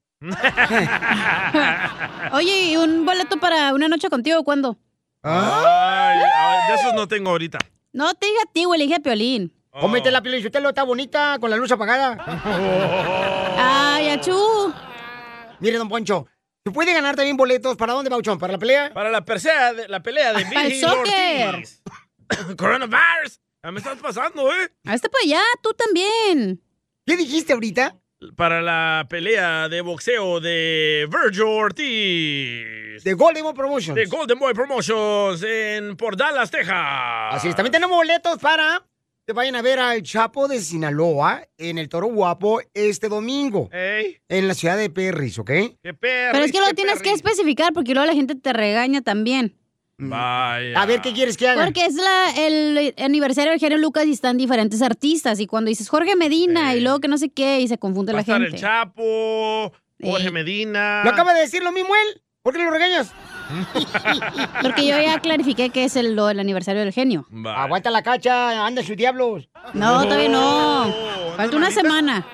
Oye, ¿y un boleto para una noche contigo cuándo? Ah. Ay, ay, de esos no tengo ahorita. No te diga a ti, güey, le dije a Piolín. Cómete Oh. la piel, usted lo está bonita, con la luz apagada. Oh. ¡Ay, achú! Mire, don Poncho, se puede ganar también boletos. ¿Para dónde, Bauchón? ¿Para la pelea? Para la pelea de, la pelea de Para el Vigil soccer. Ortiz. [COUGHS] Coronavirus. Ya me estás pasando, ¿eh? Hazte para allá, este pues tú también. ¿Qué dijiste ahorita? Para la pelea de boxeo de Virgil Ortiz. De Golden Boy Promotions. De Golden Boy Promotions en por Dallas, Texas. Así es, también tenemos boletos para que vayan a ver al Chapo de Sinaloa en el Toro Guapo este domingo. En la ciudad de Perris, ¿ok? ¡Qué perro! Pero es que lo tienes que especificar porque luego la gente te regaña también. Vaya. A ver, ¿qué quieres que haga? Porque es la, el aniversario de Jerry Lucas y están diferentes artistas. Y cuando dices Jorge Medina y luego que no sé qué, y se confunde Va a la estar gente. el Chapo, Jorge Medina. ¿Lo acaba de decir lo mismo él? ¿Por qué lo regañas? [LAUGHS] Porque yo ya clarifiqué que es el, lo del aniversario del genio. Aguanta la cacha, anda sus diablos. No, todavía no. Falta una semana.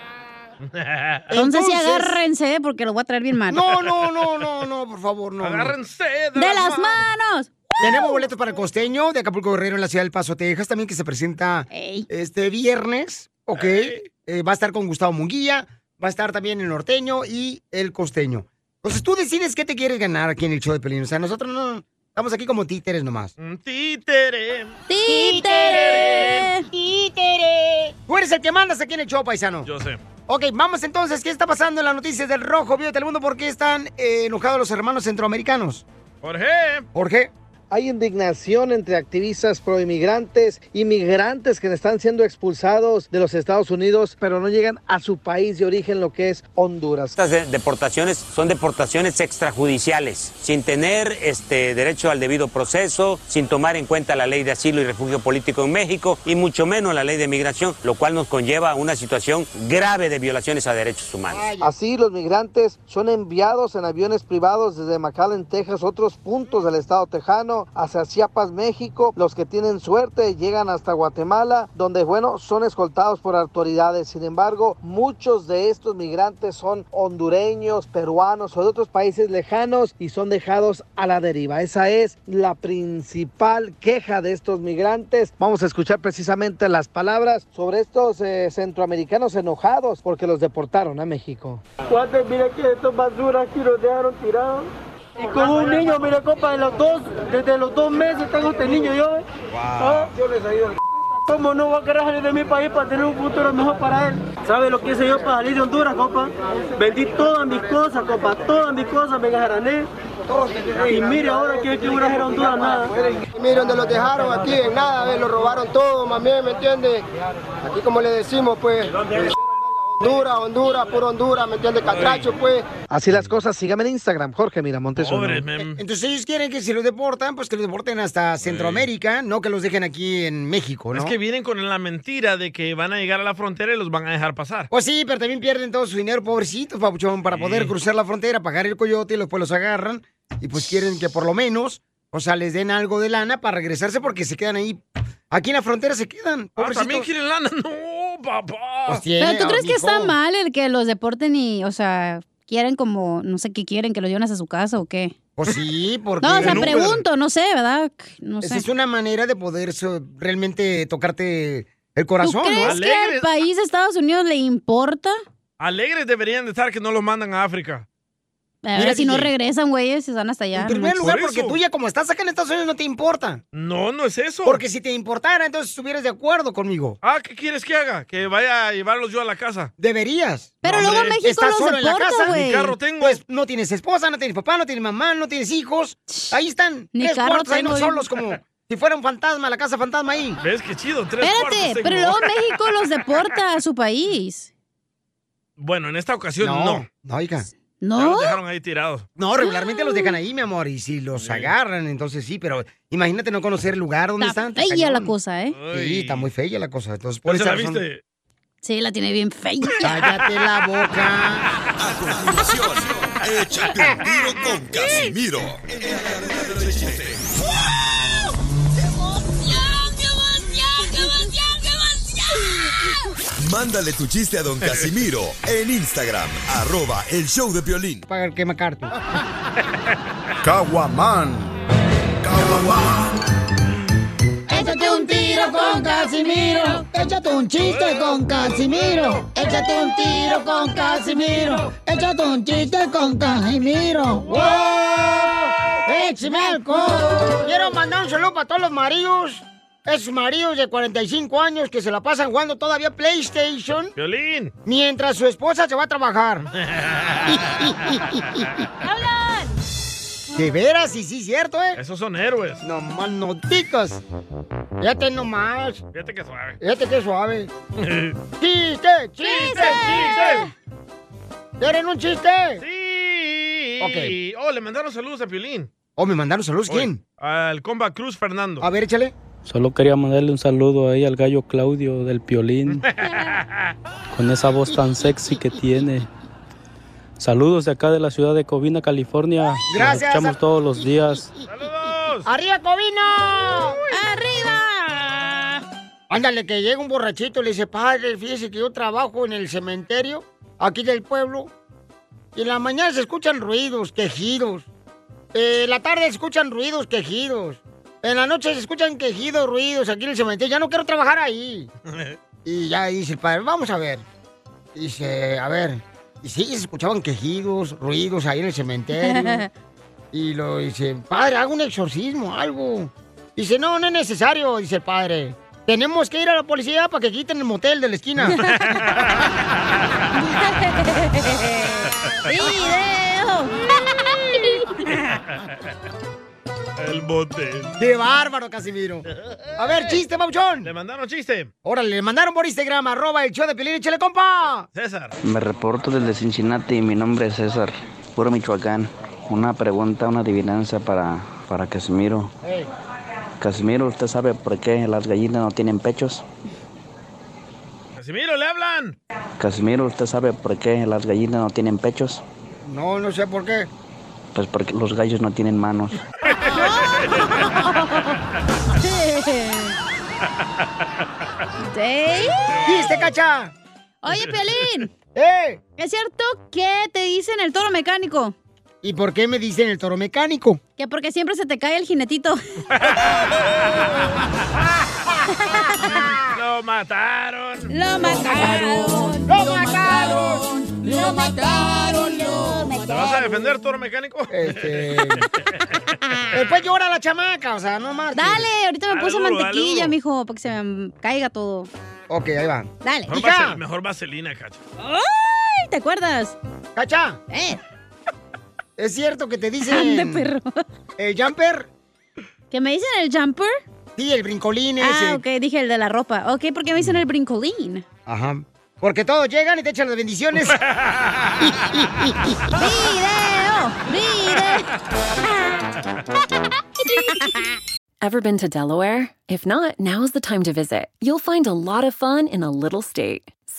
[LAUGHS] Entonces, sí, agárrense, ¿eh? porque lo voy a traer bien mal. No, no, [LAUGHS] no, no, no, por favor, no. no. Agárrense ¡De las manos! Tenemos boletos para el costeño de Acapulco Guerrero en la ciudad del Paso, Texas, también que se presenta este viernes, ¿ok? Eh, va a estar con Gustavo Munguía, va a estar también el norteño y el costeño. Entonces tú decides qué te quieres ganar aquí en el show de Pelín. O sea, nosotros no estamos aquí como títeres nomás. Mm. Títere. ¡Títere! ¡Títere! Tú eres el que mandas aquí en el show, paisano. Yo sé. Ok, vamos entonces. ¿Qué está pasando en las noticias del Rojo Vivo de Telemundo? ¿Por qué están eh, enojados los hermanos centroamericanos? Jorge. Jorge. Hay indignación entre activistas proinmigrantes, inmigrantes que están siendo expulsados de los Estados Unidos, pero no llegan a su país de origen, lo que es Honduras. Estas de- deportaciones son deportaciones extrajudiciales, sin tener este derecho al debido proceso, sin tomar en cuenta la ley de asilo y refugio político en México y mucho menos la ley de migración, lo cual nos conlleva a una situación grave de violaciones a derechos humanos. Así, los migrantes son enviados en aviones privados desde McAllen, Texas, otros puntos del estado tejano, hacia Chiapas, México. Los que tienen suerte llegan hasta Guatemala, donde, bueno, son escoltados por autoridades. Sin embargo, muchos de estos migrantes son hondureños, peruanos o de otros países lejanos y son dejados a la deriva. Esa es la principal queja de estos migrantes. Vamos a escuchar precisamente las palabras sobre estos eh, centroamericanos enojados porque los deportaron a México. Cuate, mira que estos basuras aquí los dejaron tirados. Y con un niño, mira, compa, de los dos, desde los dos meses tengo este niño yo. ¿eh? Ah, Yo les ayudo. ¿Cómo no voy a querer salir de mi país para tener un futuro mejor para él? ¿Sabe lo que hice yo para salir de Honduras, compa? Vendí todas mis cosas, compa, todas mis cosas, me garané. Y mire ahora que yo voy a hacer a Honduras nada. Miren donde los dejaron aquí, en nada, ve, lo robaron todo, mami, ¿me entiendes? Aquí como le decimos, pues, Honduras, Honduras, puro Honduras, ¿me entiendes? Catracho, pues. Así las cosas, síganme en Instagram, Jorge Miramontes. uno. Eh, Entonces ellos quieren que si los deportan, pues que los deporten hasta Centroamérica, no que los dejen aquí en México, ¿no? Es que vienen con la mentira de que van a llegar a la frontera y los van a dejar pasar. Pues sí, pero también pierden todo su dinero, pobrecitos, papuchón, para poder cruzar la frontera, pagar el coyote y después los agarran. Y pues quieren que por lo menos, o sea, les den algo de lana para regresarse porque se quedan ahí. Aquí en la frontera se quedan, Ah, también pobrecitos. quieren lana. [LAUGHS] No, papá. Pues tiene, Pero tú crees que mijo. está mal el que los deporten y, o sea, quieren como, no sé qué quieren, que los lleven hasta su casa o qué. [LAUGHS] Pues sí, porque... No, o sea, pregunto, no sé, ¿verdad? No Esa sé. es una manera de poder so- realmente tocarte el ¿Tú corazón, ¿no? crees que al país de Estados Unidos le importa? Alegres deberían de estar que no los mandan a África. A ver Mira, si no DJ. regresan, güeyes, si van hasta allá. En no primer manches. lugar, porque tú ya como estás acá en Estados Unidos no te importa. No, no es eso. Porque si te importara, entonces estuvieras de acuerdo conmigo. Ah, ¿qué quieres que haga? Que vaya a llevarlos yo a la casa. Deberías. Pero luego hombre. México Estás los solo en la deporta, casa. güey. Ni carro tengo. Pues no tienes esposa, no tienes papá, no tienes mamá, no tienes hijos. Ahí están. Ni tres carro cuartos ahí tengo, no digo. solos como si fuera un fantasma, la casa fantasma ahí. ¿Ves qué chido? Tres cuartos Espérate, tengo. pero luego México los deporta a su país. [LAUGHS] Bueno, en esta ocasión No, no. No, oiga. Ya ¿No? los dejaron ahí tirados. No, regularmente los dejan ahí, mi amor, y si los agarran, entonces sí, pero imagínate no conocer el lugar donde Está están. fea la cañón. cosa, ¿eh? Sí, está muy fea la cosa. Entonces, por ¿Pero se esa la razón- viste? Sí, la tiene bien fea. Cállate la [LAUGHS] boca. Continuación, échate un tiro con Casimiro. Mándale tu chiste a don Casimiro en Instagram, arroba el show de violín. Para que me carte. Caguaman. Échate un tiro con Casimiro. Échate un chiste con Casimiro. Échate un tiro con Casimiro. Échate un chiste con Casimiro. ¡Wow! ¡Échame alcohol! Quiero mandar un saludo para todos los maridos. Esos maridos de 45 años que se la pasan jugando todavía PlayStation. Violín. Mientras su esposa se va a trabajar. De veras, y sí, cierto, ¿eh? Esos son héroes. No más noticas. Fíjate nomás. Fíjate que suave. Fíjate qué [LAUGHS] suave. ¡Chiste! ¡Chiste! ¡Chiste! ¿Quieren un chiste? Sí. Ok. Oh, le mandaron saludos a Piolín. Oh, me mandaron saludos, ¿quién? Al comba Cruz Fernando. A ver, échale. Solo quería mandarle un saludo ahí al gallo Claudio del Piolín. con esa voz tan sexy que tiene. Saludos de acá de la ciudad de Covina, California. Nos Gracias. escuchamos todos los días. ¡Arriba, Covino! ¡Arriba! Ándale, que llega un borrachito y le dice, padre, fíjese que yo trabajo en el cementerio, aquí del pueblo, y en la mañana se escuchan ruidos, quejidos. Eh, en la tarde se escuchan ruidos, quejidos. En la noche se escuchan quejidos, ruidos aquí en el cementerio. Ya no quiero trabajar ahí. [LAUGHS] Y ya dice el padre, vamos a ver. Dice, a ver. Y sí, se escuchaban quejidos, ruidos ahí en el cementerio. Y lo dice, padre, haga un exorcismo, algo. Dice, no, no es necesario, dice el padre. Tenemos que ir a la policía para que quiten el motel de la [LAUGHS] esquina. El bote. ¡Qué bárbaro, Casimiro! A ver, chiste, Mauchón. Le mandaron chiste. Órale, le mandaron por Instagram, arroba el show de Pilín, échale, compa. César. Me reporto desde Cincinnati, mi nombre es César, puro Michoacán. Una pregunta, una adivinanza para, para Casimiro. Casimiro, ¿usted sabe por qué las gallinas no tienen pechos? Casimiro, le hablan. Casimiro, ¿usted sabe por qué las gallinas no tienen pechos? No, no sé por qué. Pues porque los gallos no tienen manos. ¡Chiste, cacha! Oye, Pelín. [LAUGHS] ¡Eh! ¿Es cierto que te dicen el toro mecánico? ¿Y por qué me dicen el toro mecánico? Que porque siempre se te cae el [LAUGHS] jinetito. [LAUGHS] Lo mataron. Lo mataron. Lo mataron. Lo mataron. ¿Te vas a defender, toro mecánico? Este, [LAUGHS] Después llora la chamaca, o sea, no más. Dale, ahorita me Dale puse duro, dale mantequilla, duro. mijo, para que se me caiga todo. Ok, ahí va. Dale. Mejor, Hija. vasel- mejor vaselina, cacho. ¡Ay! ¿Te acuerdas? ¡Cacha! ¿Eh? ¿Es cierto [LAUGHS] que te dicen. Ande, perro. [LAUGHS] ¿El jumper? ¿Que me dicen el jumper? Sí, el brincolín ese. Ah, ok, dije el de la ropa. Ok, ¿por qué me dicen el brincolín? [LAUGHS] Ajá. Porque todos llegan y te echan las bendiciones. ¡Video! [LAUGHS] Ever been to Delaware? If not, now is the time to visit. You'll find a lot of fun in a little state.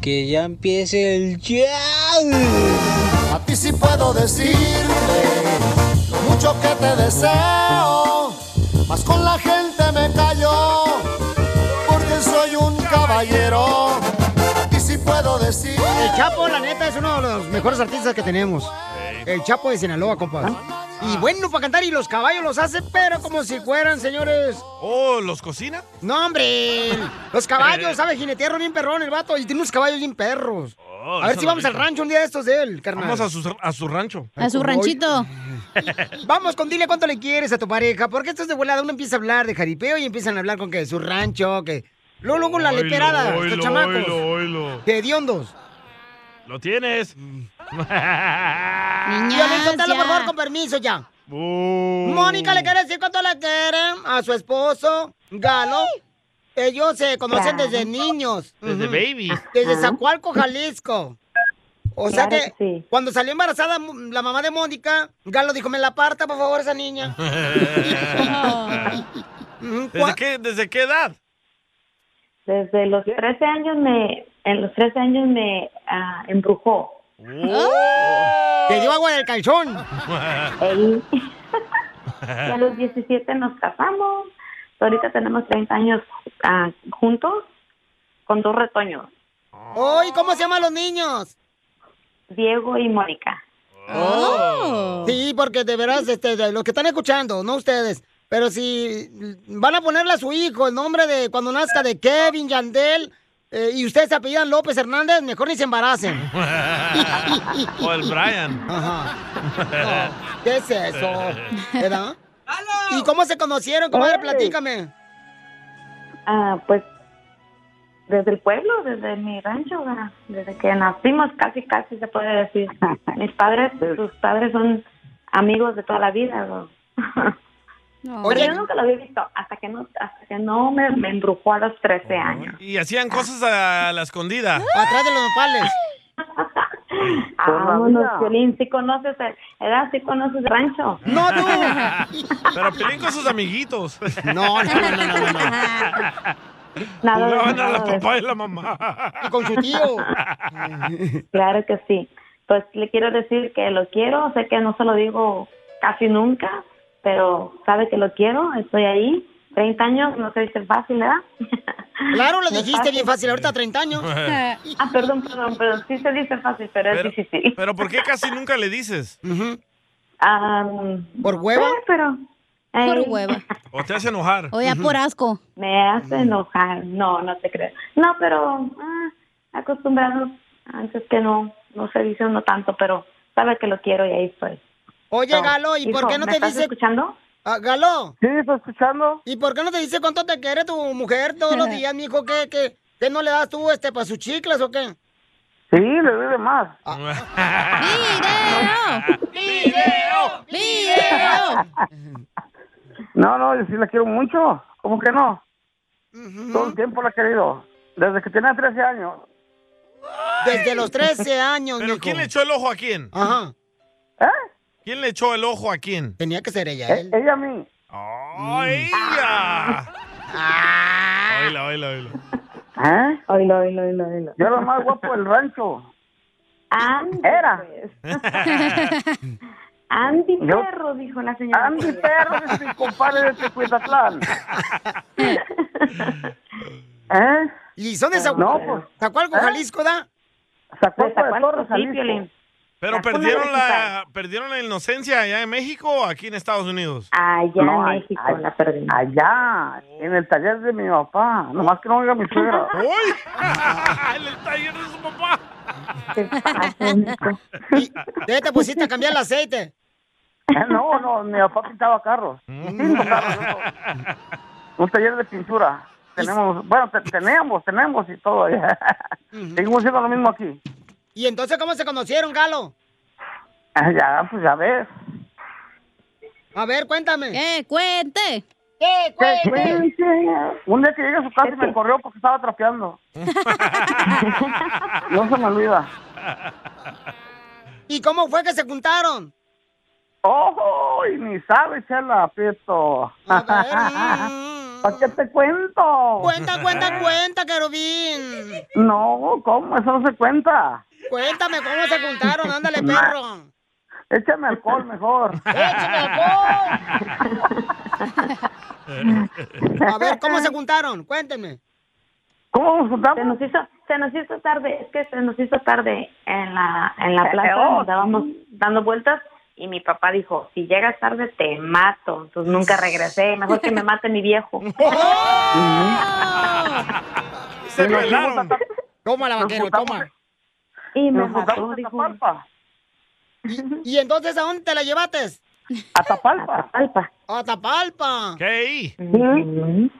Que ya empiece el ya. A ti sí puedo decirle lo mucho que te deseo, mas con la gente me callo, porque soy un caballero. A ti sí puedo decir. El Chapo, la neta, es uno de los mejores artistas que tenemos. El Chapo de Sinaloa, compas. Y bueno para cantar y los caballos los hace, pero como si fueran, señores. Oh, ¿los cocina? No, hombre. Los [LAUGHS] caballos, ¿sabe? Jinetearro bien perrón el vato y tiene unos caballos bien perros. Oh, a ver eso si no vamos al rico. rancho un día de estos de él, carnal. Vamos a su, a su rancho. Ay, como hoy. [LAUGHS] Vamos con dile cuánto le quieres a tu pareja, porque esto es de volada. Uno empieza a hablar de jaripeo y empiezan a hablar con que su rancho, que. Luego, luego la Oilo, leperada, los oilo, chamacos. oilo, oilo. Que hediondos. Lo tienes. [LAUGHS] Ah. Violín, Sotelo, por favor, con permiso ya. Mónica le quiere decir cuánto le quiere a su esposo, Galo. Ellos se conocen Claro. desde niños. Desde Ujú. baby. Desde Ajá. Zacualco, Jalisco. O sea Claro que cuando salió embarazada mu- la mamá de Mónica, Galo dijo, me la aparta, por favor, esa niña. ¿Desde qué, ¿Desde qué edad? Desde los 13 años me, en los 13 años me ah, embrujó. Oh. Te dio agua del calzón. Ah. Y a los 17 nos casamos. Ahorita tenemos 30 años ah, juntos con dos retoños, ¡Uy! ¿Cómo se llaman los niños? Diego y Mónica. Oh. Sí, porque de veras, este, de los que están escuchando, no ustedes, pero si van a ponerle a su hijo el nombre de cuando nazca de Kevin Yandel eh, y ustedes se apellidan López Hernández, mejor ni se embaracen. [LAUGHS] o el Brian. ¿Qué es eso? [LAUGHS] ¿Verdad? ¿Y cómo se conocieron, comadre? Ey. Platícame. Ah, pues desde el pueblo, desde mi rancho, ¿verdad? desde que nacimos casi, casi se puede [LAUGHS] decir. Mis padres, sus padres son amigos de toda la vida. ¿no? Oh. Pero yo nunca lo había visto hasta que no, hasta que no me, me embrujó a los 13 Oh. años. Y hacían cosas a la escondida. Atrás de los Ah, nopales. Vámonos, Ah, Piolín, si conoces, el- ¿verdad? Si conoces el rancho. No, tú. [LAUGHS] Pero pelean con sus amiguitos. No, no, no, no. Nada de Jugaban eso, a la nada de papá y la mamá. Y con su tío. [LAUGHS] Claro que sí. Pues le quiero decir que lo quiero, sé que no se lo digo casi nunca, pero sabe que lo quiero, estoy ahí. 30 años, no se dice fácil, ¿verdad? Claro, lo No es dijiste bien fácil, ahorita 30 años. [LAUGHS] Ah, perdón, perdón, perdón, sí se dice fácil, pero, es difícil. Pero ¿por qué casi nunca le dices? ¿Por hueva? Pero, Por Ey. hueva. ¿O te hace enojar? O ya por asco. Me hace enojar, no, no te creo. No, pero ah, acostumbrados, antes que no, no se dice uno tanto, pero sabe que lo quiero y ahí estoy. Oye, No. Galo, ¿y por Hijo, qué no ¿me te estás dice. escuchando? Ah, Galo. Sí, estoy escuchando. ¿Y por qué no te dice cuánto te quiere tu mujer todos [LAUGHS] los días, mijo? ¿Qué, qué, qué no le das tú este para sus chicles o qué? Sí, le doy de más. [LAUGHS] ¡Video! ¡Video! No, no, yo sí la quiero mucho. ¿Cómo que no? Todo el tiempo la he querido. Desde que tenía 13 años. Desde los 13 años, ¿Pero mijo. quién le echó el ojo a quién? Ajá. ¿Eh? ¿Quién le echó el ojo a quién? Tenía que ser ella, él. ella a mí. ¡Ay, ella! Ah. Oíla, oíla, oíla. ¿Eh? Oílo, oílo, oílo, oílo. Yo era el más guapo del rancho. Andy, Era. [LAUGHS] Andy Yo- Perro, dijo la señora. Andy Perro es mi compadre de Tecuitatlán. ¿Eh? ¿Y son de No, Zacualco? pues. ¿Zacualco, ¿Eh? Jalisco, da? Zacualco de Torres, sí, Jalisco. Piolín. ¿Pero Las perdieron cunas la, perdieron la inocencia allá en México o aquí en Estados Unidos? Allá No, en ay- México ay- la perdí. Allá, en el taller de mi papá. Nomás que no [LAUGHS] oiga mi suegra. ¡En [LAUGHS] el taller de su papá! ¿De te pusiste a [LAUGHS] cambiar el aceite? Eh, [LAUGHS] No, no, mi papá pintaba carros. Cinco carros. eso. Un taller de pintura. Tenemos, bueno, te- tenemos, tenemos y todo. ya. Seguimos haciendo lo mismo aquí. ¿Y entonces cómo se conocieron, Galo? Ah, Ya, pues ya ves. A ver, cuéntame. ¿Qué? Cuente. ¿Qué? Cuente. Un día que llegué a su casa y me corrió porque estaba trapeando. no se me olvida. ¿Y cómo fue que se juntaron? ¡Oh! Y ni sabes, chela, aprieto. [LAUGHS] ¿Para qué te cuento? Cuenta, cuenta, cuenta, querubín. No, ¿cómo? Eso no se cuenta. Cuéntame cómo se juntaron, ándale, perro. Échame [LAUGHS] alcohol mejor. pues. A ver, ¿cómo se juntaron? Cuéntenme. ¿Cómo nos juntamos? Se nos hizo, se nos hizo tarde, es que se nos hizo tarde en la, en Eh, la plaza, Oh, andábamos dando vueltas y mi papá dijo, si llegas tarde te mato. Entonces nunca regresé, mejor que me mate mi [LAUGHS] ¡Oh! viejo. [LAUGHS] Se pelaron. Toma la vaquero, toma. Y me Nos mató, juntamos dijo. a Tapalpa. ¿Y entonces a dónde te la llevaste? A Tapalpa. Alpa. A Tapalpa. ¿Qué? Sí.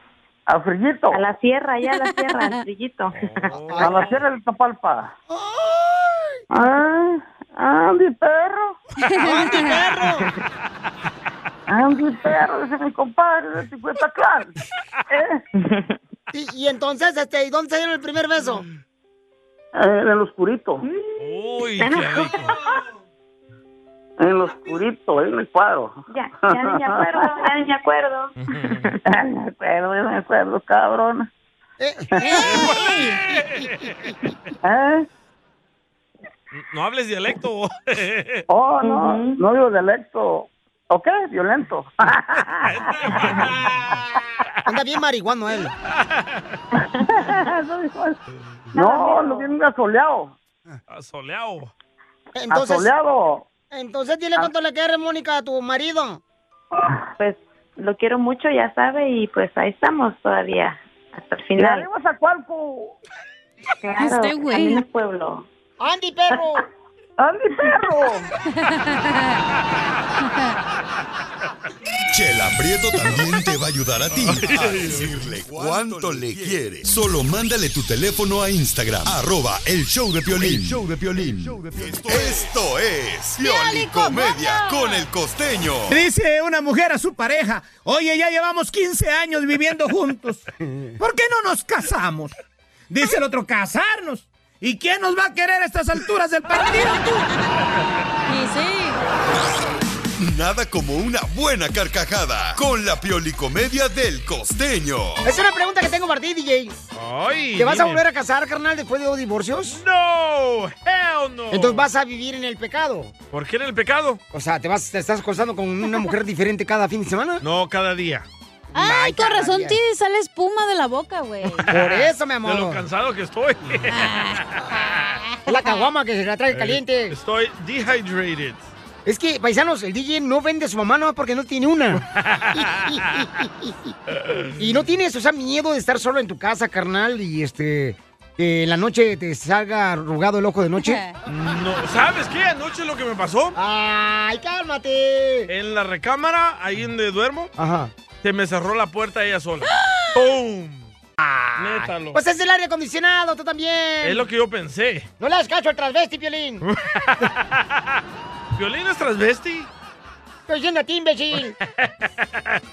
A Frillito. A la sierra, [LAUGHS] allá a la sierra, [LAUGHS] al brillito. A la sierra de Tapalpa. Ah, Andy [LAUGHS] Perro. ¡Andy Perro! Andy Ah, Perro, ese es mi compadre de 50 Clan. Eh, [LAUGHS] Y, y entonces, este, ¿y dónde se dieron el primer beso? En el Eh, oscurito. Mm. Uy, qué rico. En el oscurito, en el cuadro. Ya, ya ni me acuerdo, ya ni me acuerdo. Ya me acuerdo, ya me acuerdo, cabrón. ¿Eh? No hables dialecto. [LAUGHS] Oh, no, no [LAUGHS] digo dialecto. ¿O qué? Violento. Anda bien marihuano [LAUGHS] él. No, lo tienen asoleado. Asoleado. Asoleado. Entonces dile cuánto le quieres, Mónica, a tu marido. Pues lo quiero mucho, ya sabe, y pues ahí estamos todavía, hasta el Y final. arriba Zacualco. Claro, Este güey. ahí en el pueblo. ¡Andy, perro! [LAUGHS] ¡Andy, perro! Chela Prieto también te va a ayudar a ti a decirle cuánto le quiere. Solo mándale tu teléfono a Instagram, arroba el show de Piolín. El show de Piolín. Esto es Pioli Comedia con el costeño. Dice una mujer a su pareja, oye, ya llevamos 15 años viviendo juntos, ¿por qué no nos casamos? Dice el otro, casarnos. ¿Y quién nos va a querer a estas alturas del partido tú? Nada como una buena carcajada con la Pioli Comedia del costeño. Es una pregunta que tengo para ti, DJ. Ay, ¿Te vas a dime. volver a casar, carnal, después de dos divorcios? ¡No! ¡Hell no! Entonces vas a vivir en el pecado. ¿Por qué en el pecado? O sea, ¿te, vas, te estás acostando con una mujer [LAUGHS] diferente cada fin de semana? No, cada día. Ay, con cada razón día. ti sale espuma de la boca, güey. [LAUGHS] Por e- eso, mi De lo amor. cansado que estoy. Es la caguama que se la [LAUGHS] trae caliente. Eh, Estoy dehydrated. Es que, paisanos, el DJ no vende a su mamá no porque no tiene [LAUGHS] una. y no tienes, o sea, miedo de estar solo en tu casa, carnal, y este... Que en la noche te salga arrugado el ojo de noche. No, ¿Sabes qué? Anoche lo que me pasó. ¡Ay, cálmate! En la recámara, ahí donde duermo, Ajá. se me cerró la puerta [GASPS] ella sola. ¡Boom! Métalo. Pues es el aire acondicionado, tú también. Es lo que yo pensé. No le das cacho al transvesti, [LAUGHS] Piolín. ¿Violín es transvesti? Estoy diciendo a ti, [LAUGHS] imbécil.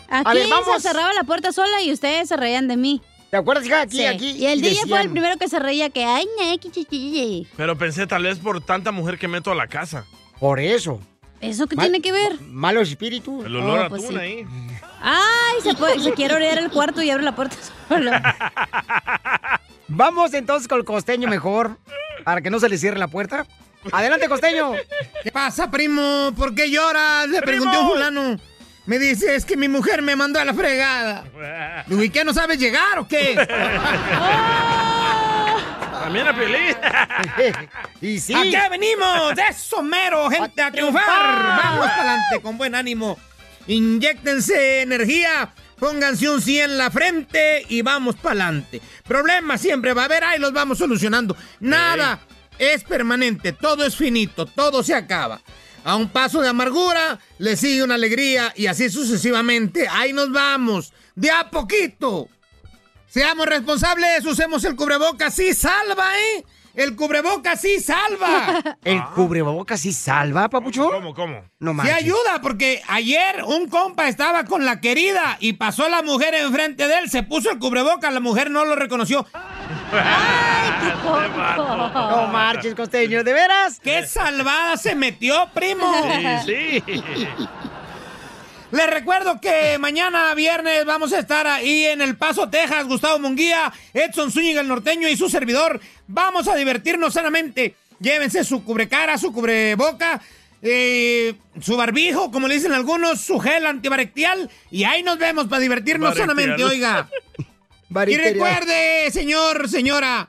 Aquí A ver, se vamos. cerraba la puerta sola y ustedes se reían de mí. ¿Te acuerdas, hija? Aquí, Sí. aquí, Y el y DJ fue el decían- primero que se reía que, ay, ne, que chiquille". Pero pensé tal vez por tanta mujer que meto a la casa. Por eso. ¿Eso qué Mal- tiene que ver? Malos espíritus. El olor Oh, a pues [LAUGHS] tuna sí. ahí. Ay, se, puede- se quiere orear el cuarto y abre la puerta solo. Vamos entonces con el costeño mejor, para que no se le cierre la puerta. Adelante, costeño. ¿Qué pasa, primo? ¿Por qué lloras? Le pregunté a un fulano. Me dice, es que mi mujer me mandó a la fregada. Digo, ¿y qué, no sabes llegar o qué? [LAUGHS] También a Piolín. [LAUGHS] y sí. Acá venimos, de eso mero, gente, a, triunfar. Vamos para adelante con buen ánimo. Inyéctense energía, pónganse un 100 en la frente y vamos para adelante. Problemas siempre va a haber, ahí los vamos solucionando. Nada es permanente, todo es finito, todo se acaba. A un paso de amargura le sigue una alegría y así sucesivamente. Ahí nos vamos, de a poquito. Seamos responsables, usemos el cubrebocas, sí salva, ¿eh? El cubrebocas sí [LAUGHS] salva. ¿El cubrebocas sí salva, papucho? Ah. ¿Cómo, cómo? No Sí manches. ayuda, porque ayer un compa estaba con la querida y pasó la mujer enfrente de él, se puso el cubrebocas, la mujer no lo reconoció. [LAUGHS] No marches, costeño, ¿de veras? ¡Qué salvada se metió, primo! Sí, sí. Les recuerdo que mañana viernes vamos a estar ahí en El Paso, Texas. Gustavo Munguía, Edson Zúñiga el norteño y su servidor. Vamos a divertirnos sanamente. Llévense su cubrecara, su cubreboca, eh, su barbijo, como le dicen algunos, su gel antibacterial. Y ahí nos vemos para divertirnos Bacterial. [LAUGHS] sanamente, oiga. y Bacterial. recuerde, señor, señora,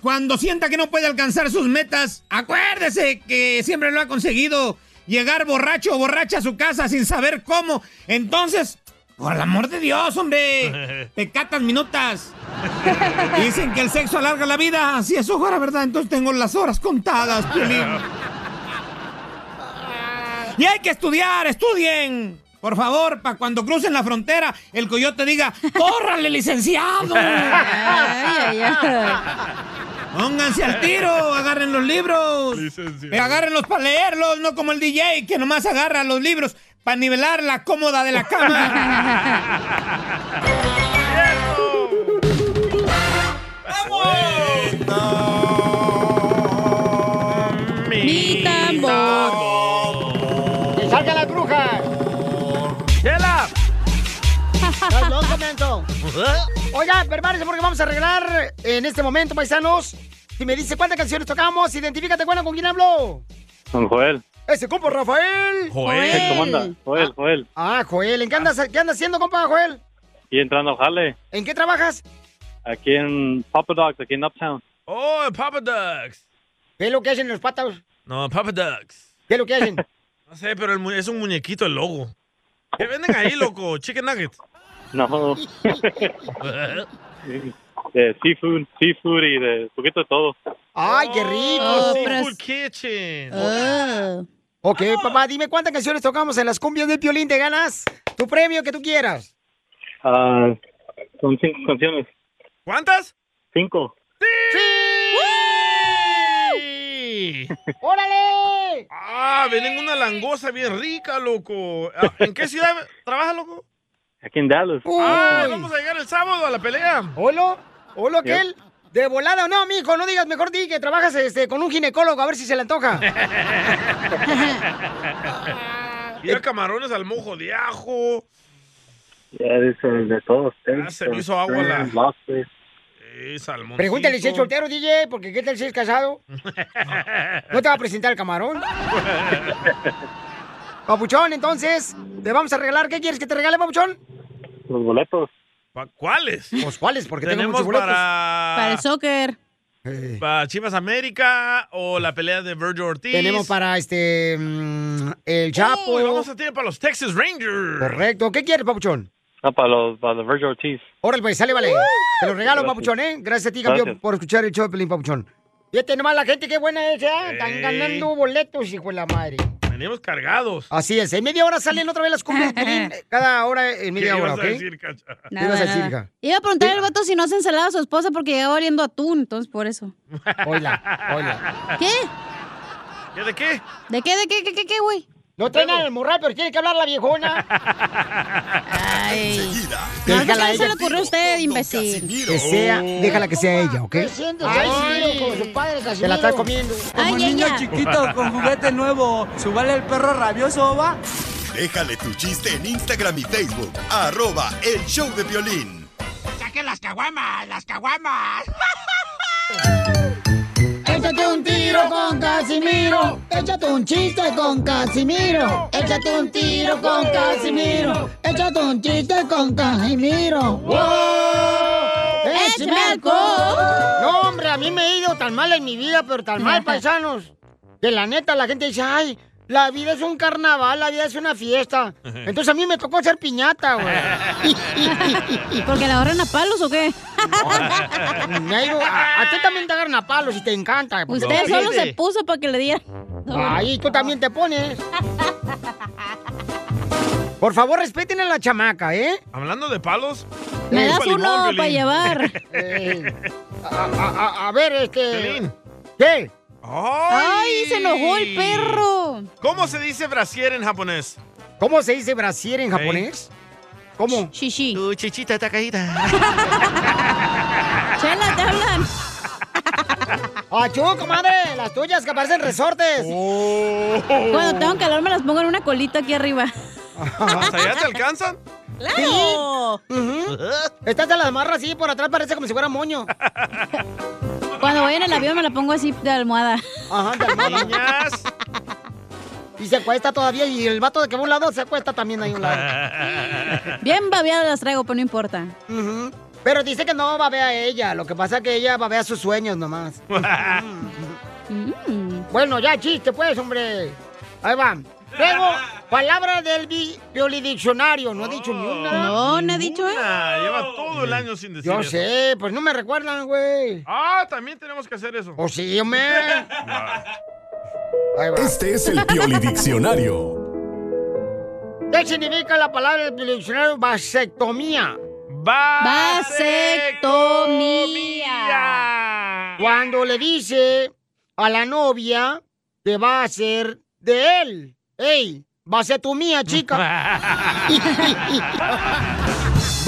cuando sienta que no puede alcanzar sus metas, acuérdese que siempre lo ha conseguido. Llegar borracho o borracha a su casa sin saber cómo. Entonces, por el amor de Dios, hombre, te catas minutas. Dicen que el sexo alarga la vida. Si eso fuera verdad, entonces tengo las horas contadas, Piolín. Y hay que estudiar, estudien. Por favor, para cuando crucen la frontera, el coyote diga, ¡córrale, licenciado! [LAUGHS] Ay, ay, ay. Pónganse al tiro, agarren los libros. Eh, agárrenlos para leerlos, no como el DJ que nomás agarra los libros para nivelar la cómoda de [LAUGHS] la cama. Mi tambor. ¡Que salga la bruja! ¡Chela! Tras los [LAUGHS] momentos. Oiga, prepárense porque vamos a arreglar en este momento, paisanos. Si me dice cuántas canciones tocamos, identifícate, bueno, ¿con quién hablo? Don Joel. Ese compa Rafael. ¿Cómo anda? Joel, Joel. Ah, Joel, ¿en qué andas, qué andas haciendo, compa Joel? Y entrando al jale, ¿En qué trabajas? aquí en Papa Dogs, aquí [LAUGHS] en Uptown. Oh, Papa Ducks. ¿Qué es lo que hacen los patos? No, Papa Ducks. ¿Qué es lo que hacen? [LAUGHS] No sé, pero el mu- es un muñequito el logo. ¿Qué venden ahí, [LAUGHS] loco? ¿Chicken nuggets? [LAUGHS] No. de seafood, seafood y de un poquito de todo. ¡Ay, qué rico! Oh, Seafood Kitchen. Ok, papá, dime cuántas canciones tocamos en las cumbias de Piolín. Te ganas tu premio que tú quieras. Ah, son cinco canciones. ¿Cuántas? Cinco. Sí. ¡Órale! Ah, venden una langosta bien rica, loco. Ah, ¿En qué ciudad trabaja, loco? Aquí en Dallas. Ah, vamos a llegar el sábado a la pelea. ¿Holo? ¿Holo Ya. aquel? De volada, no, mijo, no digas, mejor di que trabajas este, con un ginecólogo, a ver si se le [LAUGHS] antoja. Y Eh, hay camarones al mojo de ajo. Ya es el de todos. eh, Ah, se me hizo agua la- Lobster. Eh, salmoncito. Pregúntale si es soltero, DJ, porque qué tal si es [LAUGHS] casado. ¿No te va a presentar el camarón? Papuchón, entonces, te vamos a regalar. ¿Qué quieres que te regale, Papuchón? Los boletos. ¿Cuáles? Pues cuáles, porque tengo tenemos muchos boletos. para... soccer. para Chivas América o la pelea de Virgil Ortiz. Tenemos para este. mm, el Chapo. Oh, y vamos a tener para los Texas Rangers. Correcto. ¿Qué quieres, Papuchón? Ah, para los, para los Virgil Ortiz. Órale, pues, sale, Uh, vale. Te lo regalo, Gracias. Papuchón, ¿eh? Gracias a ti, campeón, Gracias. por escuchar el show de Pelín, Papuchón. Fíjate nomás la gente, qué Eh. buena es, ¿ah? Están Ey. ganando boletos, hijo de la madre. Venimos cargados. Así es, en media hora salen otra vez las [LAUGHS] cumbias. de Piolín, eh, Cada hora en ¿Qué media hora, ibas ¿ok? a decir, Cacha? ¿Qué ibas a decir, hija? Iba a preguntar al vato si no se ensalaba a su esposa porque llegaba oliendo a atún, entonces por eso. Hola, Ah. hola. ¿Qué? ¿Qué de qué? ¿De qué, de qué, qué, qué, qué, güey? No traen al morral, pero tiene que hablar la viejona. Ay. No, Déjala porque a no se ella. le ocurrió a usted, imbécil. Que sea, déjala que sea ella, ¿ok? Ay. como su padre, Te la estás comiendo. Ay, Como niño ella. chiquito con juguete nuevo. Subale el perro rabioso, va. Déjale tu chiste en Instagram y Facebook, arroba el show de violín. ¡Saquen las caguamas! ¡Las caguamas! Échate un tiro con Casimiro. Échate un chiste con Casimiro. Échate un tiro con Casimiro. Échate un chiste con [LAUGHS] Casimiro. ¡Wow! ¡Échame alcohol! No, hombre, a mí me he ido tan mal en mi vida, pero tan mal, paisanos. Que la neta, la gente dice, ay, la vida es un carnaval, la vida es una fiesta. Entonces a mí me tocó ser piñata, güey. [LAUGHS] ¿Porque la agarran a palos o qué? Me ha ido- a, a ti también te agarran a palos y te encanta. Usted solo se puso para que le diera. Ay, tú también te pones. Por favor, respeten a la chamaca, ¿eh? Hablando de palos. Me un das palimón, uno Piolín. pa' [LAUGHS] llevar. A, a- a- a ver, este. ¿Qué? ¡Ay! Ay, se enojó el perro. ¿Cómo se dice brasier en japonés? ¿Cómo se dice brasier en japonés? ¿Cómo? Shishi. Tu chichita está caída. [LAUGHS] Chela, te [LAUGHS] hablan. ¡Achú, Ah, comadre! Las tuyas que parecen resortes. Cuando tengo calor me las pongo en una colita [LAUGHS] aquí arriba. [LAUGHS] ¿Hasta allá te alcanzan? ¡Claro! Estas te las amarras así por atrás, parece como si fuera moño. [LAUGHS] Cuando voy en el avión me la pongo así de almohada. Ajá, de almohada. Y se acuesta todavía y el vato de que va a un lado se acuesta también ahí a un lado. [LAUGHS] Bien babeadas las traigo, pero no importa. Ujú. Pero dice que no babea ella, lo que pasa que ella babea sus sueños [LAUGHS] nomás. Mm. Bueno, ya chiste pues, hombre. Ahí va. Luego, palabra del vi- violidiccionario. No ha dicho ni una. No, no ha dicho Ah, lleva todo el año sin decir Yo eso. sé, pues no me recuerdan, güey. Ah, también tenemos que hacer eso. O Pues [LAUGHS] sí, hombre. Este es el Pioli Diccionario. ¿Qué significa la palabra del violidiccionario vasectomía? Vasectomía. Cuando le dice a la novia que va a ser de él. ¡Ey! Va a ser tu mía, chica. [LAUGHS]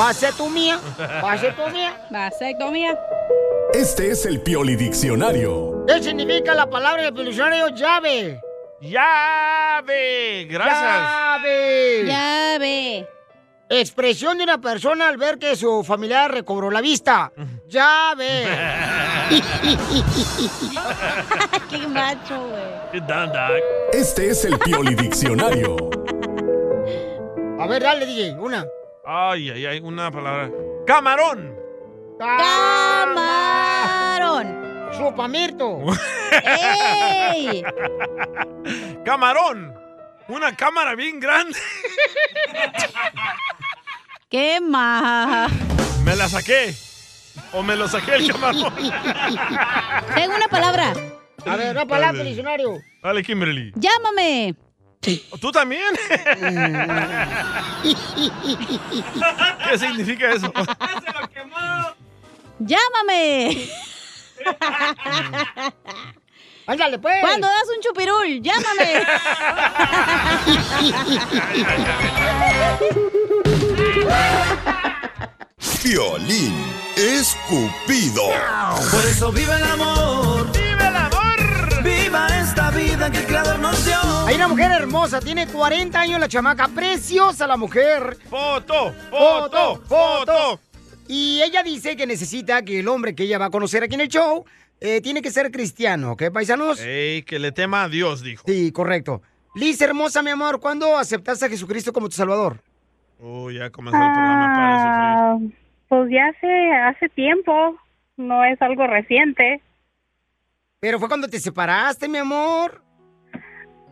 va a ser tu mía. Va a ser tu mía. Vasectomía. Este es el Pioli Diccionario. ¿Qué significa la palabra del violidiccionario llave? Llave. Gracias. Llave. Llave. Expresión de una persona al ver que su familiar recobró la [LAUGHS] vista. Llave. [LAUGHS] Qué macho, güey. Este es el Pioli Diccionario. A ver, dale, DJ, una. Ay, ay, ay, una palabra. Camarón. [LAUGHS] ¡Camarón! ¡Sopamirto! ¡Ey! [LAUGHS] Camarón. Una cámara bien grande. [LAUGHS] ¡Qué maja! Me la saqué. O me lo saqué el camarón. Tengo una palabra. [LAUGHS] A ver, una palabra, diccionario. Dale, Kimberly. ¡Llámame! ¿Tú también? ¿Qué significa eso? ¡Llámame! [LAUGHS] Ándale, pues. Cuando das un chupirul, llámame. Violín escupido. Por eso vive el amor. ¡Vive el amor! ¡Viva esta vida que el creador nos dio! Hay una mujer hermosa, tiene 40 años la chamaca, preciosa la mujer. Foto, foto, foto. Y ella dice que necesita que el hombre que ella va a conocer aquí en el show eh, tiene que ser cristiano, ¿ok, paisanos? Ey, que le tema a Dios, dijo. Sí, correcto. Liz, hermosa, mi amor, ¿cuándo aceptaste a Jesucristo como tu salvador? Oh, ya comenzó el programa para sufrir. Ah, pues ya hace, hace tiempo, no es algo reciente. Pero fue cuando te separaste, mi amor. [LAUGHS]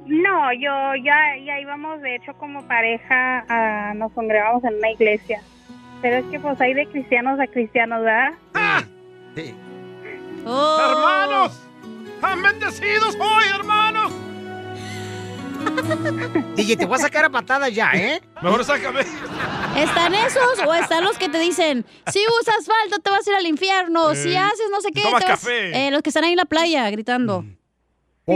No, yo ya, ya íbamos, de hecho, como pareja, ah, nos congregamos en una iglesia. Pero es que pues hay de cristianos a cristianos, ¿verdad? Oh. ¡Hermanos! ¡Están bendecidos hoy, hermanos! DJ, te voy a sacar a patadas ya, ¿eh? Mejor sácame. ¿Están esos o están los que te dicen, si usas falda te vas a ir al infierno, si Eh, haces no sé qué, toma te vas-" café. Eh, los que están ahí en la playa gritando.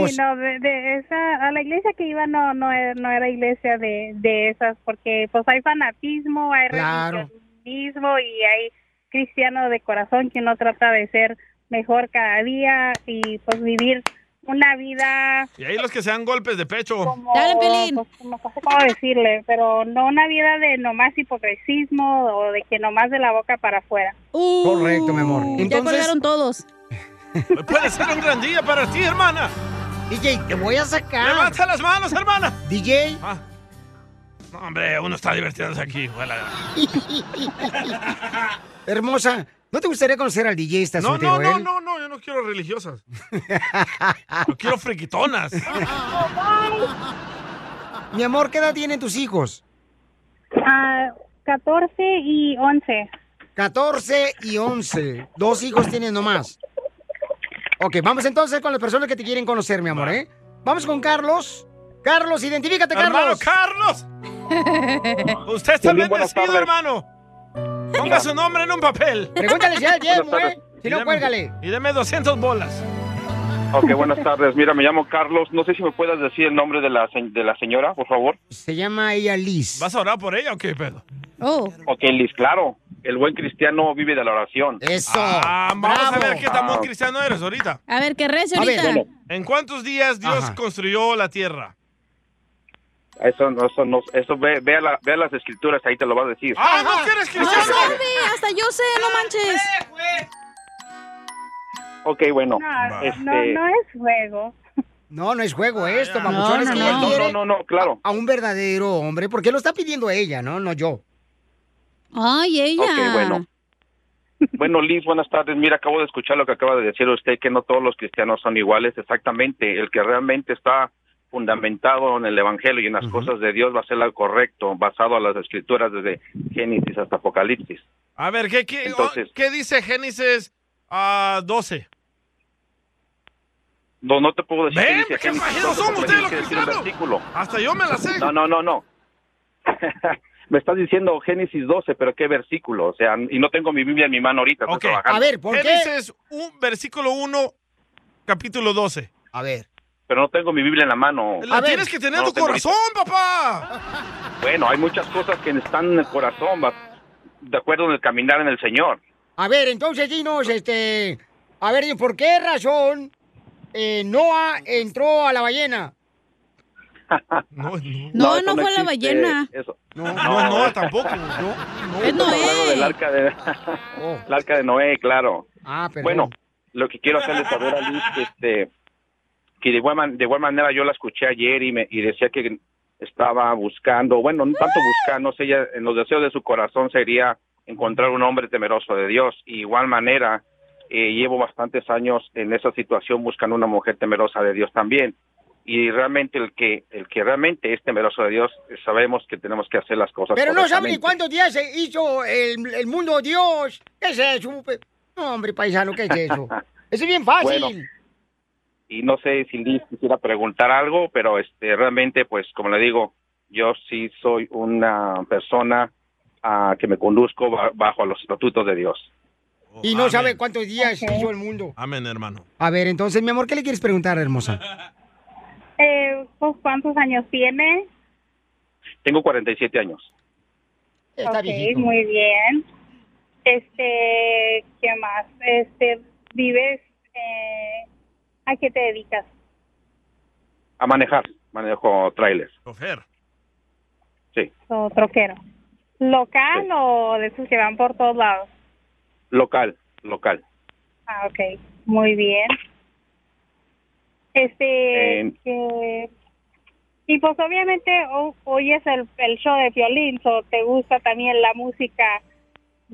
Sí, no, de, de esa, a la iglesia que iba no, no, era- no era iglesia de, de esas, porque pues hay fanatismo, hay Claro. religionismo y hay cristiano de corazón que uno trata de ser mejor cada día y pues vivir una vida Y ahí los que se dan golpes de pecho. como, pues, como- no sé cómo decirle, pero no una vida de nomás hipocresismo o de que nomás de la boca para afuera. Correcto, mi Uh, amor. todos. Puede ser un gran día para ti, hermana. DJ, te voy a sacar. Levanta las manos, hermana. Ah. DJ. [LAUGHS] No, hombre, uno está divirtiéndose aquí. Ojalá. Hermosa, ¿no te gustaría conocer al DJ? ¿Estás No, soltero no, no, él? no, no, yo no quiero [LAUGHS] religiosas. Yo quiero friquitonas. [LAUGHS] Mi amor, ¿qué edad tienen tus hijos? Ah, 14 y 11. 14 y 11. Dos hijos tienen nomás. Ok, vamos entonces con las personas que te quieren conocer, mi amor, ¿eh? Vamos con Carlos. Carlos, identifícate, Hermano Carlos. [LAUGHS] Carlos. Usted está Violín, buenas bendecido, tardes. hermano. Ponga su nombre en un papel. Pregúntale si ya llevo, ¿eh? Si Y no, deme- cuélgale. Y deme 200 bolas. Ok, buenas tardes. Mira, me llamo Carlos. No sé si me puedas decir el nombre de la, se- de la señora, por favor. Se llama ella Liz. ¿Vas a orar por ella o qué pedo? Oh. Ok, Liz, claro. El buen cristiano vive de la oración. Eso. Ah, vamos a ver qué tan buen Ah. cristiano eres ahorita. A ver, que rece A ver, ahorita. bueno. ¿En cuántos días Dios construyó la tierra? Eso, no- eso, no- eso ve, ve a la- ve a las escrituras, ahí te lo va a decir. ¡Ah, no No quieres cristiano! sabe, hasta yo sé, no manches. Ok, bueno. No, este, no, no es juego. No, no es juego esto, mamuchones, Ah, No, no, que ella no. quiere No, no, no, claro. a un verdadero hombre, porque lo está pidiendo ella, ¿no? No yo. Ay, ella. Ok, bueno. Bueno, Liz, buenas tardes. Mira, acabo de escuchar lo que acaba de decir usted, que no todos los cristianos son iguales. Exactamente, el que realmente está fundamentado en el Evangelio y en las cosas de Dios va a ser lo correcto, basado a las escrituras desde Génesis hasta Apocalipsis. A ver, ¿qué, qué, Entonces- ¿qué dice Génesis ah, 12? No, no te puedo decir Ven, dice qué Génesis, fajeros no, son porque ustedes dice los decir un cristianos. versículo. Hasta yo me la sé. No, no, no, [LAUGHS] no. me estás diciendo Génesis 12, pero qué versículo. O sea, y no tengo mi Biblia en mi mano ahorita. estoy trabajando. Génesis un, versículo 1, capítulo 12. A ver. Pero no tengo mi Biblia en la mano. La tienes que tener No en tu tengo ahorita. corazón, papá. Bueno, hay muchas cosas que están en el corazón, va- de acuerdo en el caminar en el Señor. A ver, entonces dinos, este, a ver, ¿por qué razón eh, Noah entró a la ballena? No, No, eso no fue la existe, ballena. eso. No, no, tampoco. Es Estamos hablando del Noé. arca de, [LAUGHS] el arca de Noé, claro. Oh, Ah, perdón. Bueno, lo que quiero hacerles saber a Liz, que, este, que de igual, man- de igual manera yo la escuché ayer y, me, y decía que estaba buscando, bueno, no tanto buscando, ella en los deseos de su corazón sería encontrar un hombre temeroso de Dios. Y igual manera, eh, llevo bastantes años en esa situación buscando una mujer temerosa de Dios también. Y realmente el que el que realmente es temeroso de Dios, eh, sabemos que tenemos que hacer las cosas. Pero no saben ni correctamente. cuántos días se hizo el, el mundo Dios. ¿Qué es eso? pe- No, hombre, paisano, ¿qué es [LAUGHS] eso? Eso es bien fácil. Bueno. y no sé si Liz quisiera preguntar algo, pero este realmente, pues como le digo, yo sí soy una persona ah, que me conduzco ba- bajo los estatutos de Dios. y Oh, no sabe cuántos días se hizo el mundo. Amén, hermano. A ver, entonces, mi amor, ¿qué le quieres preguntar, hermosa? Eh, pues, ¿Cuántos años tiene? Tengo 47 años. Ok, muy bien. Este, ¿qué más? Este, ¿vives? eh, ¿A qué te dedicas? A manejar, manejo trailers. Sí, ¿O troquero? ¿Local o de esos que van por todos lados? local, local. Ah, ok, muy bien. Este, Eh, que- y pues obviamente o- oyes el, el show de violín, o te gusta también la música,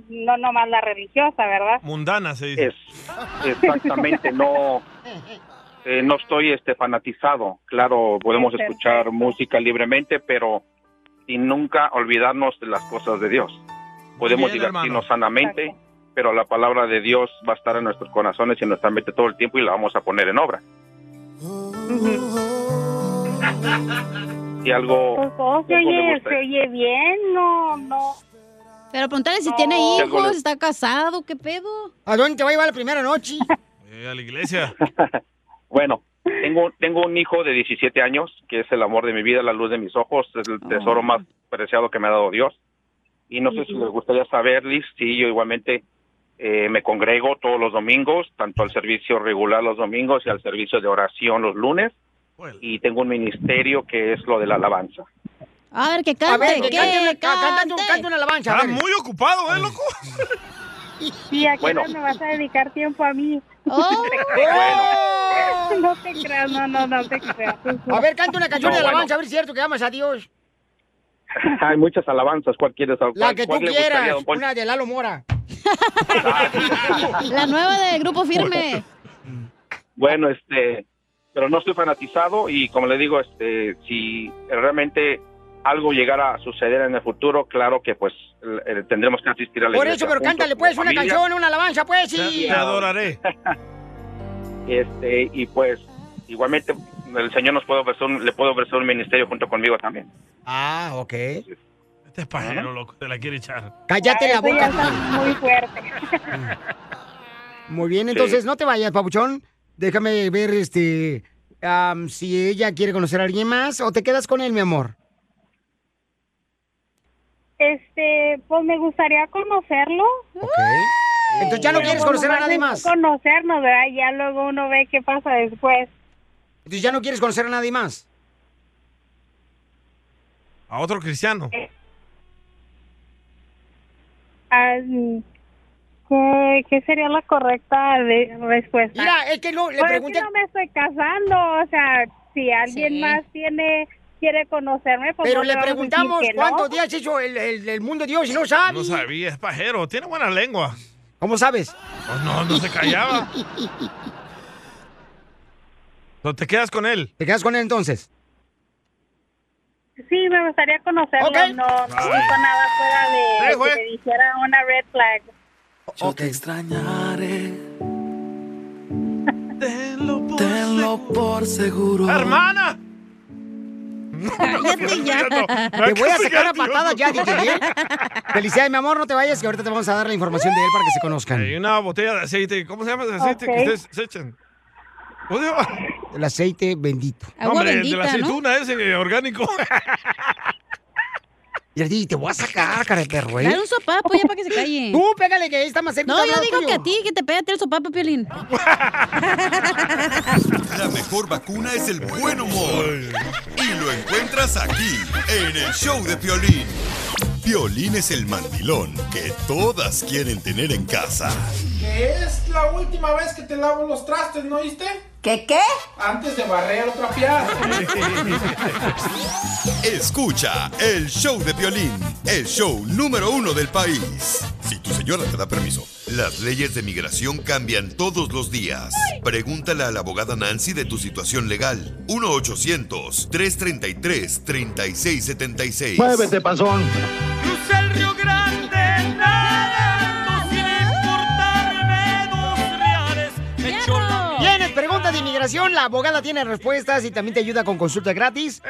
no nomás la religiosa, [LAUGHS] ¿verdad? Mundana se dice. Exactamente, no eh, no estoy este fanatizado. Claro, podemos Perfecto. escuchar música libremente, pero y nunca olvidarnos de las cosas de Dios. Podemos Bien, divertirnos sanamente, pero la palabra de Dios va a estar en nuestros corazones y en nuestra mente todo el tiempo y la vamos a poner en obra. Y algo Pues oh, se Algo le oye, gusta. se oye bien, no, no. Pero pregúntale si tiene No. hijos, está casado, ¿qué pedo? ¿A dónde te va a llevar la primera [LAUGHS] noche? Eh, a la iglesia. Bueno, tengo, tengo un hijo de 17 años, que es el amor de mi vida, la luz de mis ojos, es el Ah. tesoro más preciado que me ha dado Dios. Y no sé si les gustaría saber, Liz, si yo igualmente eh, me congrego todos los domingos, tanto al servicio regular los domingos y al servicio de oración los lunes. Y tengo un ministerio que es lo de la alabanza. [LAUGHS] A ver, que cante, A ver, que que cante una- cante. ca- canta un- canta una alabanza. a Está ver. muy ocupado, ¿eh, loco? ¿Y a qué Bueno. hora me vas a dedicar tiempo a mí? [LAUGHS] Oh. no te creas, no, no, no te creas. A ver, canta una canción No, de bueno. alabanza, a ver si es cierto que amas a Dios. Hay muchas alabanzas, ¿cuál quieres? ¿Cuál- La que tú cuál le gustaría, quieras, don Poncho? una de Lalo Mora. [LAUGHS] La nueva de Grupo Firme. Bueno, este, pero no estoy fanatizado y como le digo, este, si realmente algo llegara a suceder en el futuro, claro que pues el- el- tendremos que asistir a la Por iglesia eso, pero juntos cántale como pues una familia, canción, una alabanza, pues, y... Te adoraré. [LAUGHS] Este, y pues igualmente el Señor nos puede ofrecer, un- le puede ofrecer un ministerio junto conmigo también. Ah, ok. Este es pajero, loco. Te la quiere echar. Cállate la Eso ya boca. está muy fuerte. Muy bien, Sí. entonces no te vayas, papuchón. Déjame ver este am, si ella quiere conocer a alguien más o te quedas con él, mi amor. Este, pues me gustaría conocerlo. Ok. Uh, Entonces ya no Pero quieres pues conocer a nomás nadie es más. Conocernos, ¿verdad? Ya luego uno ve qué pasa después. Entonces ya no quieres conocer a nadie más. A otro cristiano. Ah, ¿Qué, qué sería la correcta de- respuesta? Mira, es que no, le Pues es pregunté- que no me estoy casando, o sea, si alguien Sí. más tiene quiere conocerme, pues Pero no le vamos a decir preguntamos que no. cuántos días hizo el, el- el mundo de Dios y no sabe. No sabía, es pajero. Tiene buena lengua. ¿Cómo sabes? Pues no, no se [LAUGHS] callaba. Pero te quedas con él. ¿Te quedas con él entonces? Sí, me gustaría conocerlo, no, no Bye. dijo nada fuera de, Dejo, de que eh. me dijera una red flag. Yo te extrañaré. Tenlo por, seguro. ¡Hermana! [LAUGHS] Cállate ya. Te voy a sacar a patadas ya, DJ, ¿eh? Felicidades, mi amor, no te vayas, que ahorita te vamos a dar la información de él para que se conozcan. Hay Eh, una botella de aceite. ¿Cómo se llama ese aceite Ok. que ustedes se echan? ¿Cómo se llama? El aceite bendito. No, hombre, el de la aceituna ese eh, orgánico. Y así, te voy a sacar, cara de perro, ¿eh? Dale un sopapo ya para que se calle. Tú, pégale, que ahí está más cerca. No, yo digo que a ti, que te pégate el sopapo, Piolín. Ah. La mejor vacuna es el buen humor. Y lo encuentras aquí, en el show de Piolín. Piolín es el mandilón que todas quieren tener en casa. Que es la última vez que te lavo los trastes, ¿no oíste? ¿Qué qué? Antes de barrer o trapear. Escucha el show de Piolín, el show número uno del país. Si tu señora te da permiso. Las leyes de migración cambian todos los días. Pregúntale a la abogada Nancy de tu situación legal. 1-800-333-3676. Muévete, panzón. Crucé el Río Grande, nadando sin importarme dos reales. Me echó la- Tienes preguntas de inmigración, la abogada tiene respuestas y también te ayuda con consulta gratis.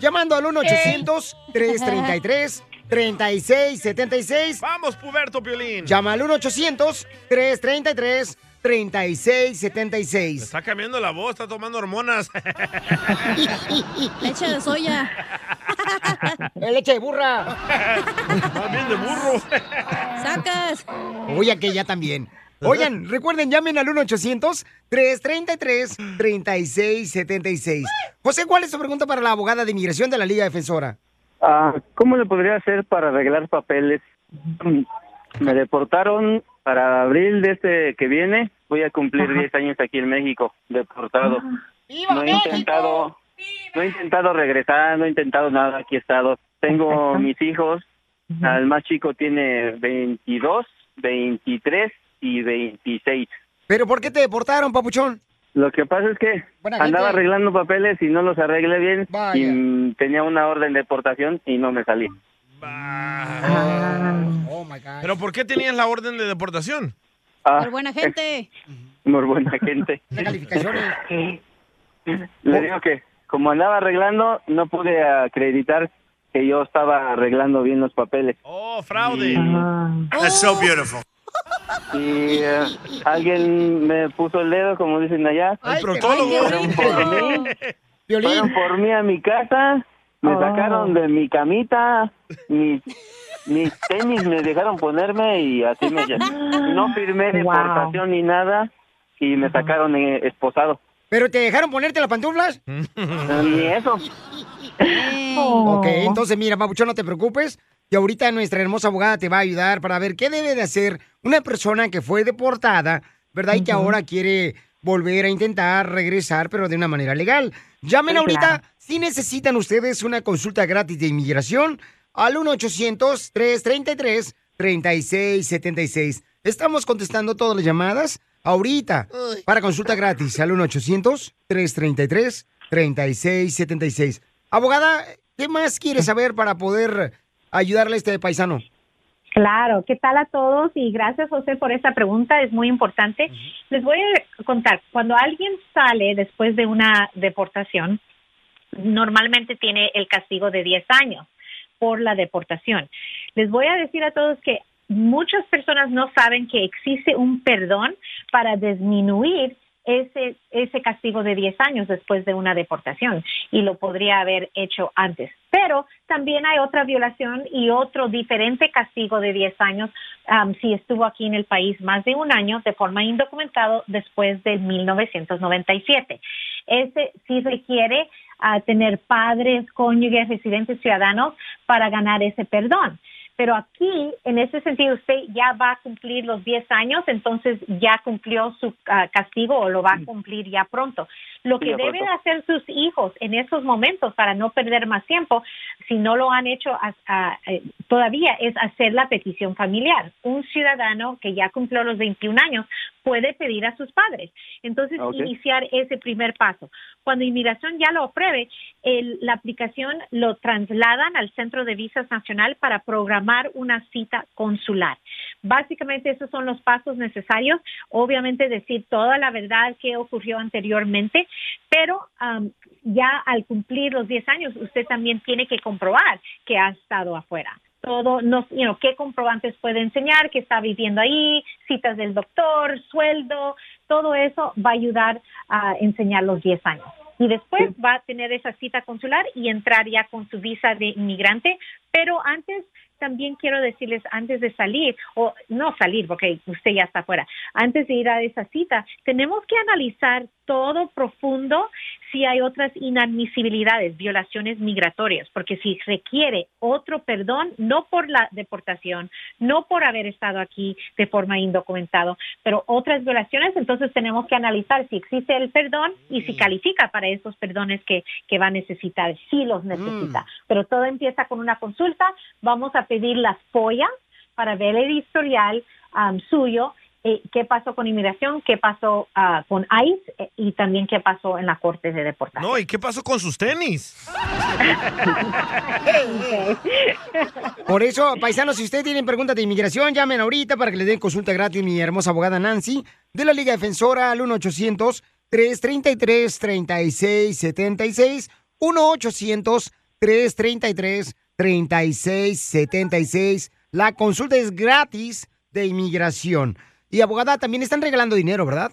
Llamando al 1-800-333-3676. Vamos, puberto Piolín. Llama al 1-800-333-3676. Está cambiando la voz, está tomando [LAUGHS] hormonas. Leche de [LAUGHS] soya. Leche de burra. También Ah, de burro. Sacas. Oye, que ya también. Oigan, recuerden, llamen al 1-800-333-3676. José, ¿cuál es tu pregunta para la abogada de inmigración de la Liga Defensora? Ah, ¿Cómo le podría hacer para arreglar [CLEARS THROAT] papeles? Me deportaron para abril de este que viene. Voy a cumplir 10 años aquí en México, deportado. Ah. No he intentado, no he intentado regresar, no he intentado nada. Aquí he estado. Tengo mis hijos. El más chico tiene 22, 23 y 26. ¿Pero por qué te deportaron, papuchón? Lo que pasa es que Buena andaba gente. arreglando papeles y no los arreglé bien Vaya. y mm, tenía una orden de deportación y no [LAUGHS] me salí. ¿Pero por qué tenías la orden de deportación? Ah, Por buena gente. Muy buena gente. Le digo que como andaba arreglando, no pude acreditar que yo estaba arreglando bien los papeles. Oh, fraude. Ah. That's so beautiful. Y eh, alguien me puso el dedo, como dicen allá. Ay, El proctólogo. qué Fueron por rico. mí. Fueron por mí a mi casa. Me Oh. sacaron de mi camita. Mis, mis tenis me dejaron ponerme y así me... No firmé Wow. deportación ni nada. Y me sacaron eh, esposado. ¿Pero te dejaron ponerte las pantuflas? Ni eso. [LAUGHS] Ok, entonces mira, Papuchón, no te preocupes. Y ahorita nuestra hermosa abogada te va a ayudar para ver qué debe de hacer una persona que fue deportada, ¿verdad? Y que Ujú. ahora quiere volver a intentar regresar, pero de una manera legal. Llamen Sí, ahorita claro. si necesitan ustedes una consulta gratis de inmigración al 1-800-333-3676. Estamos contestando todas las llamadas ahorita Uy. para consulta gratis al 1-800-333-3676. Abogada, ¿qué más quiere saber para poder ayudarle a este paisano? Claro, ¿qué tal a todos? Y gracias, José, por esta pregunta, es muy importante. Les voy a contar, cuando alguien sale después de una deportación, normalmente tiene el castigo de 10 años por la deportación. Les voy a decir a todos que muchas personas no saben que existe un perdón para disminuir ese, ese castigo de 10 años después de una deportación y lo podría haber hecho antes. Pero también hay otra violación y otro diferente castigo de 10 años um, si estuvo aquí en el país más de un año de forma indocumentado después de 1997. Ese sí requiere ah, tener padres, cónyuges, residentes, ciudadanos para ganar ese perdón. Pero aquí, en ese sentido, usted ya va a cumplir los 10 años, entonces ya cumplió su ah, castigo o lo va a cumplir ya pronto. Mm. Lo Sí, que de deben acuerdo. hacer sus hijos en esos momentos para no perder más tiempo, si no lo han hecho as- ah, eh, todavía, es hacer la petición familiar. Un ciudadano que ya cumplió los 21 años puede pedir a sus padres. Entonces, Ah, Ok. iniciar ese primer paso. Cuando inmigración ya lo apruebe, el- la aplicación lo trasladan al Centro de Visas Nacional para programar una cita consular. Básicamente esos son los pasos necesarios. Obviamente decir toda la verdad que ocurrió anteriormente, pero am, ya al cumplir los 10 años usted también tiene que comprobar que ha estado afuera. Todo, no, you know, qué comprobantes puede enseñar, que está viviendo ahí, citas del doctor, sueldo, todo eso va a ayudar a enseñar los 10 años. Y después va a tener esa cita consular y entrar ya con su visa de inmigrante. Pero antes, también quiero decirles, antes de salir, o no salir, porque usted ya está fuera, antes de ir a esa cita, tenemos que analizar todo profundo si hay otras inadmisibilidades, violaciones migratorias, porque si requiere otro perdón, no por la deportación, no por haber estado aquí de forma indocumentado, pero otras violaciones, entonces tenemos que analizar si existe el perdón y si califica para esos perdones que, que va a necesitar, si los necesita. Pero todo empieza con una consulta, vamos a pedir las follas para ver el historial am, suyo, eh, qué pasó con inmigración, qué pasó ah, con ICE eh, y también qué pasó en la corte de deportación. No, ¿y qué pasó con sus tenis? [LAUGHS] Por eso, paisanos, si ustedes tienen preguntas de inmigración, llamen ahorita para que les den consulta gratis mi hermosa abogada Nancy de la Liga Defensora al 1-800-333-3676. 1-800-333-3676. La consulta es gratis de inmigración. Y abogada, también están regalando dinero, ¿verdad?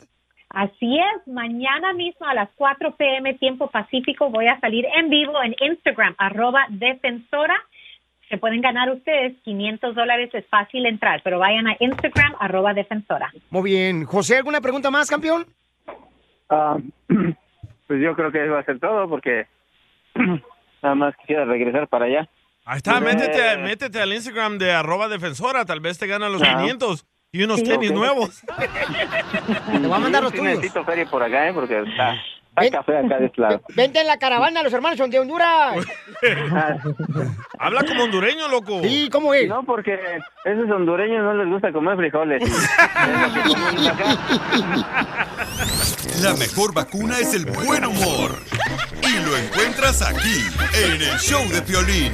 Así es, mañana mismo a las 4 pm tiempo pacífico voy a salir en vivo en Instagram, arroba defensora. Se pueden ganar ustedes 500 dólares, es fácil entrar, pero vayan a Instagram, arroba defensora. Muy bien. José, ¿alguna pregunta más, campeón? Ah, pues yo creo que va a ser todo porque [CLEARS THROAT] nada más quisiera regresar para allá. Ahí está, métete, métete al Instagram de arroba defensora, tal vez te ganan los Ah. 500 y unos Sí, tenis ok. nuevos. Te voy a mandar los Sí, tuyos. Necesito feria por acá, ¿eh? Porque está, está café acá de [LAUGHS] este lado. Vente en la caravana, los hermanos son de Honduras. Habla como hondureño, loco. ¿Y cómo es? Ah. No, porque esos hondureños no les gusta comer frijoles. [LAUGHS] La mejor vacuna es el buen humor. Y lo encuentras aquí, en el show de Piolín.